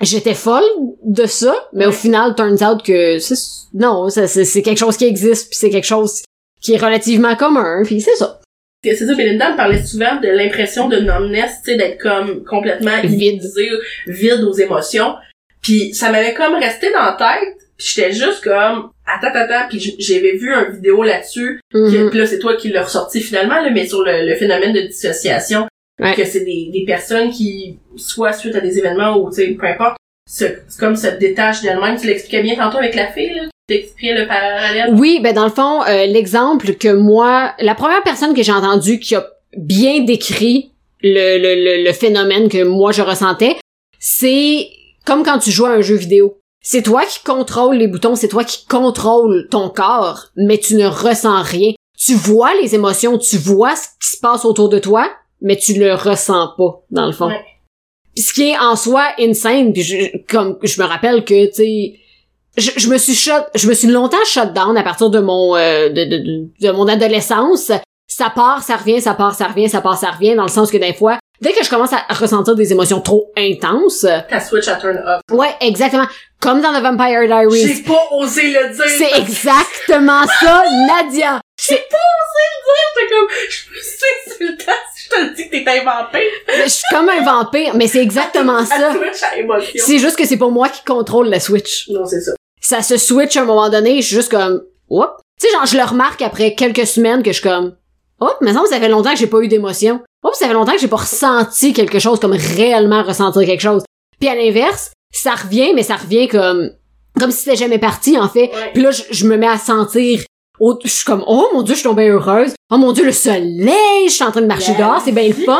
Speaker 1: j'étais folle de ça, mais au
Speaker 2: Ouais.
Speaker 1: final, turns out que c'est- non, ça- c'est c'est quelque chose qui existe, puis c'est quelque chose qui est relativement commun, puis c'est ça.
Speaker 2: C'est c'est ça, Belinda me parlait souvent de l'impression de numbness, tu sais, d'être comme complètement
Speaker 1: Vide.
Speaker 2: immobilisée, vide aux émotions. Puis ça m'avait comme resté dans la tête, puis j'étais juste comme attends attends puis j- j'avais vu une vidéo là-dessus, que-
Speaker 1: Mhm.
Speaker 2: puis là c'est toi qui l'as ressorti finalement là, mais sur le, le phénomène de dissociation,
Speaker 1: Ouais.
Speaker 2: que c'est des, des personnes qui soit suite à des événements ou tu sais peu importe, se, comme se détachent d'elles-mêmes, tu l'expliquais bien tantôt avec la fille là, qui t'expliquait le parallèle.
Speaker 1: Oui, ben dans le fond, euh, l'exemple que moi, la première personne que j'ai entendue qui a bien décrit le, le, le, le phénomène que moi je ressentais, c'est comme quand tu joues à un jeu vidéo. C'est toi qui contrôle les boutons, c'est toi qui contrôle ton corps, mais tu ne ressens rien. Tu vois les émotions, tu vois ce qui se passe autour de toi, mais tu le ressens pas, dans le fond.
Speaker 2: Ouais.
Speaker 1: Puis ce qui est en soi insane, puis je, comme je me rappelle que, tu sais, je, je me suis shut, je me suis longtemps shut down à partir de mon euh, de, de, de- de mon adolescence. Ça part, ça revient, ça part, ça revient, ça part, ça revient, dans le sens que des fois, dès que je commence à ressentir des émotions trop intenses,
Speaker 2: Ta Switch, elle turn off.
Speaker 1: ouais, exactement, comme dans The Vampire Diaries,
Speaker 2: J'ai pas osé le dire.
Speaker 1: c'est exactement ça, Nadia.
Speaker 2: J'étais comme, je me suis insultée si je te le dis que t'es inventé.
Speaker 1: Je suis comme un vampire, mais c'est exactement
Speaker 2: À
Speaker 1: ça.
Speaker 2: Twitch, à émotion.
Speaker 1: C'est juste que c'est pas moi qui contrôle la Switch.
Speaker 2: Non, c'est ça.
Speaker 1: ça se switch à un moment donné, je suis juste comme, hop. Tu sais, genre, je le remarque après quelques semaines que je suis comme, hop, mais ça, ça fait longtemps que j'ai pas eu d'émotion. Hop, ça fait longtemps que j'ai pas ressenti quelque chose, comme réellement ressentir quelque chose. Puis à l'inverse, ça revient, mais ça revient comme, comme si c'était jamais parti, en fait.
Speaker 2: Ouais.
Speaker 1: Puis là, je, je me mets à sentir, au- je suis comme, oh mon dieu, je suis tombée heureuse. Oh mon dieu, le soleil, je suis en train de marcher
Speaker 2: Yes.
Speaker 1: dehors, c'est bien le fun.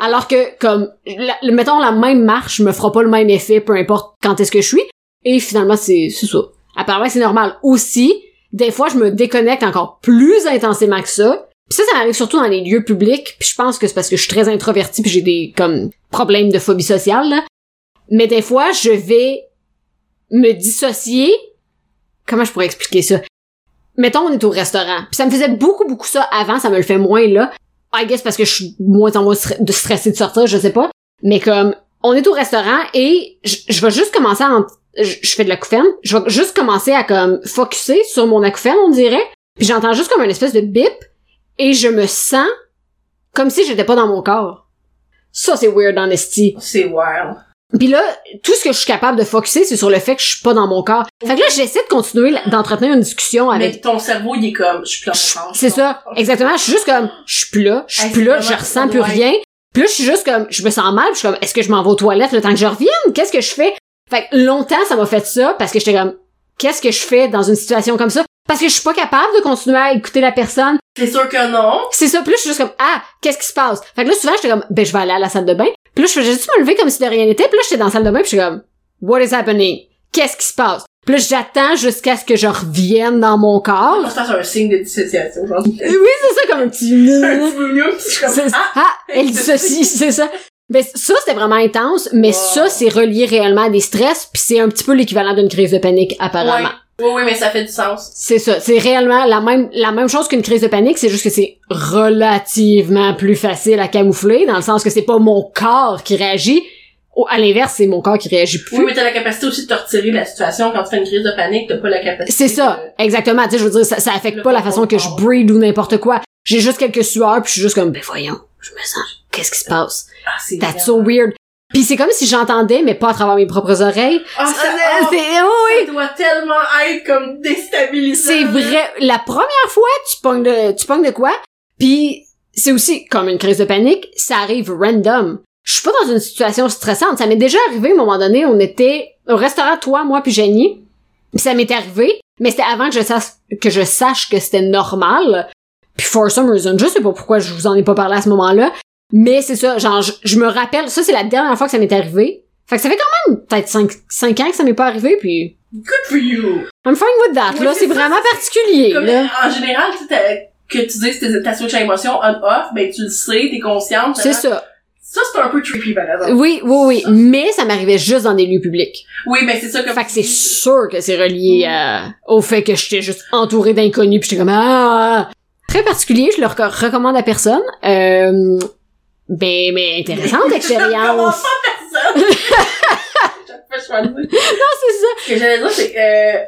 Speaker 1: Alors que, comme, la- le- mettons, la même marche me fera pas le même effet, peu importe quand est-ce que je suis. Et finalement, c'est c'est ça. Apparemment, c'est normal. Aussi, des fois, je me déconnecte encore plus intensément que ça. Puis ça, ça m'arrive surtout dans les lieux publics. Puis je pense que c'est parce que je suis très introvertie puis j'ai des, comme, problèmes de phobie sociale, là. Mais des fois, je vais me dissocier. Comment je pourrais expliquer ça? Mettons, on est au restaurant. Puis ça me faisait beaucoup, beaucoup ça avant. Ça me le fait moins, là. I guess parce que je suis moins en moins stre- de stressée de sortir, je sais pas. Mais comme, on est au restaurant et je je vais juste commencer à en- je je fais de l'acouphène, je vais juste commencer à comme focuser sur mon acouphène, on dirait, puis j'entends juste comme une espèce de bip et je me sens comme si j'étais pas dans mon corps. Ça c'est weird honesty.
Speaker 2: C'est wild.
Speaker 1: Puis là, tout ce que je suis capable de focuser, c'est sur le fait que je suis pas dans mon corps. Fait que là, j'essaie de continuer l- d'entretenir une discussion
Speaker 2: Mais
Speaker 1: avec
Speaker 2: ton cerveau, il est comme, je suis plus en
Speaker 1: Je-
Speaker 2: défense.
Speaker 1: c'est ça, exactement, je suis juste comme je suis plus là, je suis plus là, je ressens plus rien. Puis là, je suis juste comme, je me sens mal, puis je suis comme, est-ce que je m'en vais aux toilettes le temps que je revienne? Qu'est-ce que je fais? Fait que longtemps, ça m'a fait ça, parce que j'étais comme, qu'est-ce que je fais dans une situation comme ça? Parce que je suis pas capable de continuer à écouter la personne.
Speaker 2: C'est sûr que non.
Speaker 1: C'est ça, plus je suis juste comme, ah, qu'est-ce qui se passe? Fait que là, souvent, j'étais comme, ben, je vais aller à la salle de bain. Puis là, je faisais juste me lever comme si de rien n'était, puis là, j'étais dans la salle de bain, puis je suis comme, what is happening? Qu'est-ce qui se passe? Puis là, j'attends jusqu'à ce que je revienne dans mon
Speaker 2: On
Speaker 1: corps.
Speaker 2: se passe un signe de dissociation, genre.
Speaker 1: Et oui, c'est ça, comme un petit...
Speaker 2: Un petit mignonne, puis je suis
Speaker 1: C'est-
Speaker 2: comme, ah!
Speaker 1: ah, elle dissocie, c'est ça. Mais ça, c'était vraiment intense, mais
Speaker 2: Wow.
Speaker 1: ça, c'est relié réellement à des stress, puis c'est un petit peu l'équivalent d'une crise de panique, apparemment.
Speaker 2: ah, Ouais. Oui, oui, mais ça fait du sens.
Speaker 1: C'est ça, c'est réellement la même, la même chose qu'une crise de panique, c'est juste que c'est relativement plus facile à camoufler, dans le sens que c'est pas mon corps qui réagit, Au- à l'inverse, c'est mon corps qui réagit plus.
Speaker 2: Oui, mais t'as la capacité aussi de te retirer de la situation. Quand tu fais une crise de panique, t'as pas la capacité.
Speaker 1: C'est ça,
Speaker 2: de-
Speaker 1: exactement. Tu sais, je veux dire, ça, ça affecte
Speaker 2: euh, Le
Speaker 1: pas la façon que je
Speaker 2: confort.
Speaker 1: breed ou n'importe quoi. J'ai juste quelques sueurs, puis je suis juste comme, ben voyons, je me sens, qu'est-ce qui se passe?
Speaker 2: Ah, c'est
Speaker 1: That's so weird. Puis c'est comme si j'entendais, mais pas à travers mes propres oreilles.
Speaker 2: Ah,
Speaker 1: Ça,
Speaker 2: ça,
Speaker 1: euh,
Speaker 2: ah,
Speaker 1: c'est oh oui.
Speaker 2: ça doit tellement être comme déstabilisant.
Speaker 1: C'est vrai. La première fois, tu pognes de, tu pognes de quoi? Puis c'est aussi comme une crise de panique, ça arrive random. Je suis pas dans une situation stressante. Ça m'est déjà arrivé à un moment donné, on était au restaurant, toi, moi, puis Jenny. Puis ça m'est arrivé, mais c'était avant que je sache que, je sache que c'était normal. Puis for some reason, je sais pas pourquoi je vous en ai pas parlé à ce moment-là, mais c'est ça, genre, je, je me rappelle, ça c'est la dernière fois que ça m'est arrivé. Fait que ça fait quand même peut-être 5, cinq ans que ça m'est pas arrivé, puis
Speaker 2: Good for you.
Speaker 1: I'm fine with that,
Speaker 2: Oui,
Speaker 1: là,
Speaker 2: c'est
Speaker 1: c'est
Speaker 2: ça,
Speaker 1: vraiment particulier,
Speaker 2: Comme,
Speaker 1: là.
Speaker 2: en général, tu sais, t'as- que tu dises que t'es- ta switch à émotion on-off, ben tu le sais, t'es consciente.
Speaker 1: C'est
Speaker 2: vraiment.
Speaker 1: ça.
Speaker 2: Ça, c'est un peu trippy, par exemple.
Speaker 1: Oui, oui, oui. Mais ça m'arrivait juste dans des lieux publics.
Speaker 2: Oui, mais c'est ça comme.
Speaker 1: Fait que c'est sûr que c'est relié à- au fait que j'étais juste entourée d'inconnus pis j'étais comme ah! Très particulier, je le reco- recommande à personne. Euh, ben, mais intéressante expérience.
Speaker 2: personne. Chaque fois, je m'en dis.
Speaker 1: Ah, c'est ça.
Speaker 2: Ce que j'allais dire, c'est que, euh,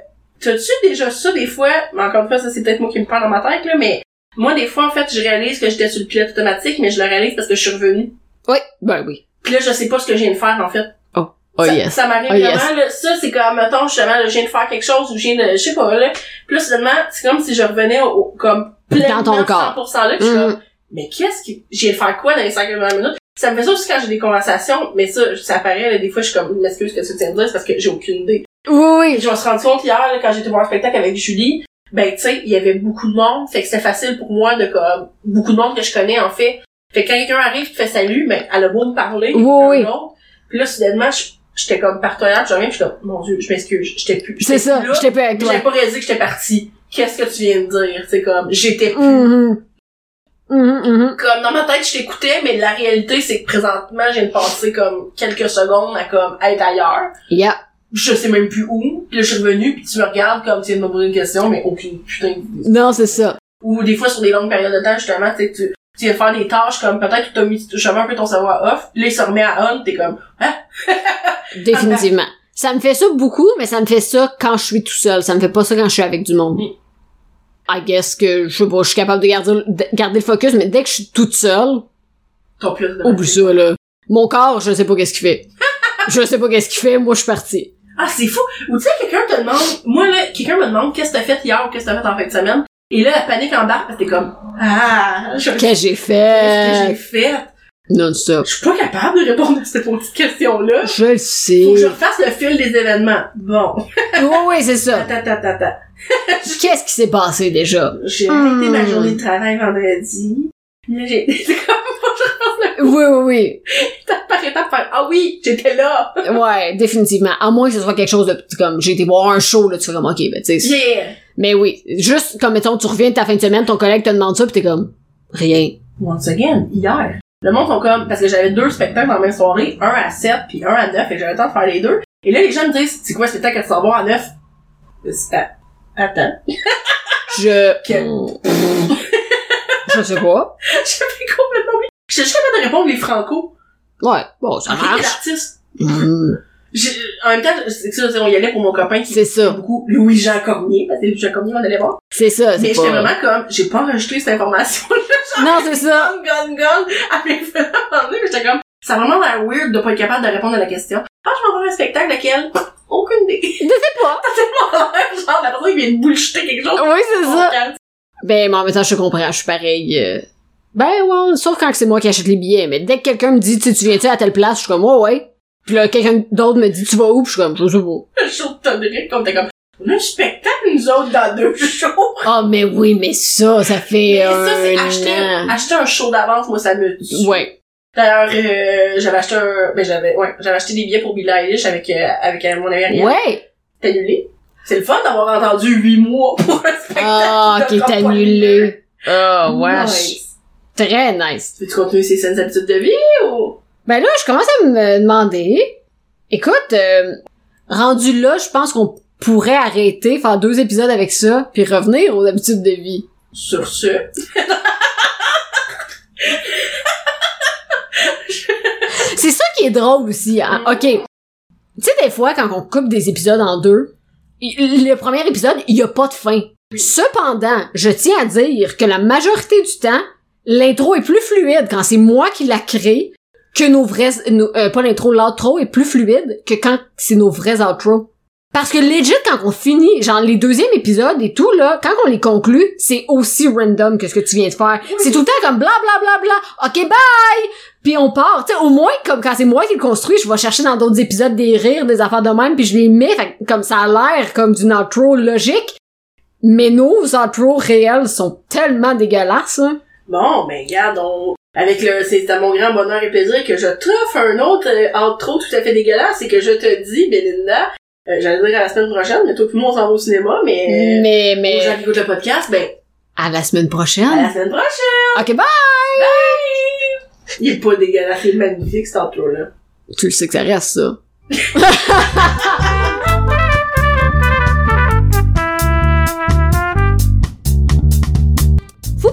Speaker 2: t'as-tu déjà ça des fois, mais encore une fois, ça c'est peut-être moi qui me parle dans ma tête, là, mais moi, des fois, en fait, je réalise que j'étais sur le pilote automatique, mais je le réalise parce que je suis revenue.
Speaker 1: Oui, ben oui.
Speaker 2: Puis là, je sais pas ce que j'ai de faire, en fait.
Speaker 1: Oh
Speaker 2: ça
Speaker 1: yes.
Speaker 2: ça m'arrive
Speaker 1: Oh,
Speaker 2: vraiment,
Speaker 1: yes.
Speaker 2: là. Ça, c'est comme, mettons, justement, là, je viens de faire quelque chose ou je viens de, je sais pas, là. Puis là, soudainement, c'est comme si je revenais au, au- comme, pleinement
Speaker 1: Dans ton corps.
Speaker 2: 100% là, puis je suis
Speaker 1: Mm.
Speaker 2: comme, mais qu'est-ce qui, j'ai de faire quoi dans les 5 dernières minutes? Ça me fait ça aussi quand j'ai des conversations, mais ça, ça apparaît, là, des fois, je suis comme, m'excuse que tu viens de dire, c'est parce que j'ai aucune idée.
Speaker 1: Oui, oui.
Speaker 2: Et je me suis rendu compte hier, là, quand j'étais voir un spectacle avec Julie, ben, tu sais, il y avait beaucoup de monde, fait que c'était facile pour moi de, comme, beaucoup de monde que je connais, en fait. Fait que quand quelqu'un arrive, tu fais salut, mais elle a ben, beau me parler,
Speaker 1: Oui,
Speaker 2: un
Speaker 1: oui.
Speaker 2: autre. Puis là, soudainement, je, j'étais comme partenaire, puis je reviens, puis je suis comme, mon dieu, je m'excuse, j'étais plus, j'étais
Speaker 1: C'est ça,
Speaker 2: plus là,
Speaker 1: j'étais pas avec toi.
Speaker 2: j'avais pas réalisé que j'étais partie. Qu'est-ce que tu viens de dire? C'est comme, j'étais plus.
Speaker 1: Mhm. Mhm, mhm.
Speaker 2: Comme, dans ma tête, je t'écoutais, mais la réalité, c'est que présentement, j'ai de passer comme quelques secondes à comme être ailleurs.
Speaker 1: Yeah.
Speaker 2: Je sais même plus où. Puis là, je suis revenue, puis tu me regardes comme tu viens de me poser une question, mais aucune putain de
Speaker 1: Non, c'est ça.
Speaker 2: ou des fois sur des longues périodes de temps justement tu sais, tu tu viens faire des tâches comme peut-être que t'as mis justement un peu ton savoir off là il se remet à on t'es comme
Speaker 1: Définitivement. Ça me fait ça beaucoup, mais ça me fait ça quand je suis tout seul. Ça me fait pas ça quand je suis avec du monde.
Speaker 2: Oui.
Speaker 1: I guess que, je sais pas, je suis capable de garder, de garder le focus, mais dès que je suis toute seule,
Speaker 2: ton plus de
Speaker 1: oublie ça, là. Mon corps, je sais pas qu'est-ce qu'il fait. je sais pas qu'est-ce qu'il fait, moi, je suis partie.
Speaker 2: ah c'est fou ou tu sais quelqu'un te demande moi là quelqu'un me demande qu'est-ce que t'as fait hier ou qu'est-ce que t'as fait en fin de semaine et là la panique embarque parce que t'es comme ah je
Speaker 1: Qu'est-ce que j'ai
Speaker 2: qu'est-ce que j'ai
Speaker 1: fait?
Speaker 2: fait
Speaker 1: Non-stop.
Speaker 2: je suis pas capable de répondre à cette petite question là
Speaker 1: Je le sais.
Speaker 2: faut que je refasse le fil des événements bon
Speaker 1: Oui, oui, c'est ça.
Speaker 2: attends attends attends, attends
Speaker 1: Qu'est-ce qui s'est passé déjà?
Speaker 2: j'ai
Speaker 1: Hmm.
Speaker 2: arrêté ma journée de travail vendredi là j'ai c'est comme faut que je refasse le
Speaker 1: Oui, oui,
Speaker 2: étape par étape faire ah oui j'étais là
Speaker 1: oui. Ouais, définitivement. À moins que ce soit quelque chose de, comme, j'ai été voir un show, là, tu fais comme, ok, ben, tu sais,
Speaker 2: Yeah!
Speaker 1: Mais oui, juste comme mettons, tu reviens de ta fin de semaine, ton collègue te demande ça, pis t'es comme rien.
Speaker 2: Once again, hier. Le monde sont comme, parce que j'avais deux spectacles dans la même soirée, un à 7 puis un à 9, et j'avais le temps de faire les deux. Et là, les gens me disent, c'est quoi le spectacle à s'en voir à 9? C'est à- ah, Attends.
Speaker 1: Je Hmm.
Speaker 2: Que-
Speaker 1: je sais pas.
Speaker 2: J'avais complètement oublié. J'étais juste capable de répondre les franco.
Speaker 1: Ouais, bon, ça
Speaker 2: En fait, quel
Speaker 1: marche.
Speaker 2: artiste?
Speaker 1: Mhm,
Speaker 2: J'ai- En même temps, c'est ça, c'est- on y allait pour mon copain qui
Speaker 1: C'est ça,
Speaker 2: beaucoup Louis-Jean Cormier, parce que Louis-Jean Cormier, on allait voir.
Speaker 1: c'est ça,
Speaker 2: Mais
Speaker 1: c'est
Speaker 2: j'étais
Speaker 1: pas.
Speaker 2: vraiment comme, j'ai pas enregistré cette information
Speaker 1: Non, c'est ça.
Speaker 2: gun, gun, gun, avec Fernand mais j'étais comme, ça a vraiment l'air weird de pas être capable de répondre à la question. Ah, je m'en vais à un spectacle, lequel? Aucune idée.
Speaker 1: Je sais pas.
Speaker 2: Genre, la personne qui vient de bullshiter quelque chose.
Speaker 1: Oui, c'est ça.
Speaker 2: Quand-
Speaker 1: Ben, mais en même temps, je te comprends, je suis pareil. euh. Ben ouais, sauf quand c'est moi qui achète les billets, mais dès que quelqu'un me dit tu sais, tu viens-tu à telle place, je suis comme ouais ouais. Puis là, quelqu'un d'autre me dit tu vas où, Puis je suis comme je sais pas.
Speaker 2: Le show de Todrick, comme t'es comme, on a un spectacle, nous autres, dans deux shows.
Speaker 1: Ah mais oui, mais ça, ça fait
Speaker 2: Et ça, c'est
Speaker 1: un
Speaker 2: acheter,
Speaker 1: an.
Speaker 2: acheter un show d'avance, moi, ça me tue.
Speaker 1: Ouais.
Speaker 2: D'ailleurs, euh, j'avais acheté un, ben, j'avais, ouais, j'avais acheté des billets pour Billie Eilish avec, euh, avec euh, mon ami Ariel.
Speaker 1: Ouais.
Speaker 2: T'es annulé. C'est le fun d'avoir entendu huit mois pour un spectacle.
Speaker 1: Ah,
Speaker 2: de
Speaker 1: qui est
Speaker 2: Tom Poirier.
Speaker 1: annulé. Ah, wesh.
Speaker 2: Nice.
Speaker 1: Très nice.
Speaker 2: Veux-tu continuer ces saines habitudes de vie ou?
Speaker 1: Ben là, je commence à me demander. Écoute, euh, rendu là, je pense qu'on pourrait arrêter, faire deux épisodes avec ça, puis revenir aux habitudes de vie.
Speaker 2: Sur ce.
Speaker 1: C'est ça qui est drôle aussi. Hein?
Speaker 2: Mm.
Speaker 1: Ok. Tu sais, des fois, quand on coupe des épisodes en deux, i- le premier épisode, il n'y a pas de fin. Cependant, je tiens à dire que la majorité du temps, l'intro est plus fluide quand c'est moi qui la crée que nos vrais... nos- euh, pas l'intro, l'outro est plus fluide que quand c'est nos vrais outros. Parce que legit, quand on finit, genre les deuxièmes épisodes et tout, là, quand on les conclut, c'est aussi random que ce que tu viens de faire. C'est tout le temps comme bla bla bla bla, ok bye! Puis on part, tu sais, au moins, comme quand c'est moi qui le construis, je vais chercher dans d'autres épisodes des rires, des affaires de même, puis je les mets, fait que comme ça a l'air comme d'une outro logique. Mais nos outros réels sont tellement dégueulasses, hein.
Speaker 2: Bon, ben, regarde, on... avec le, c'est à mon grand bonheur et plaisir que je t'offre un autre euh, outro tout à fait dégueulasse et que je te dis, Belinda, euh, j'allais dire à la semaine prochaine, mais toi puis moi on s'en va au cinéma, mais,
Speaker 1: Mais,
Speaker 2: Euh, aux gens
Speaker 1: mais,
Speaker 2: qui écoutent le podcast, ben,
Speaker 1: à la semaine
Speaker 2: à la
Speaker 1: prochaine.
Speaker 2: semaine prochaine!
Speaker 1: Ok, bye!
Speaker 2: Il est pas dégueulasse, il est magnifique cet outro-là.
Speaker 1: Tu le sais que ça reste, ça. Vous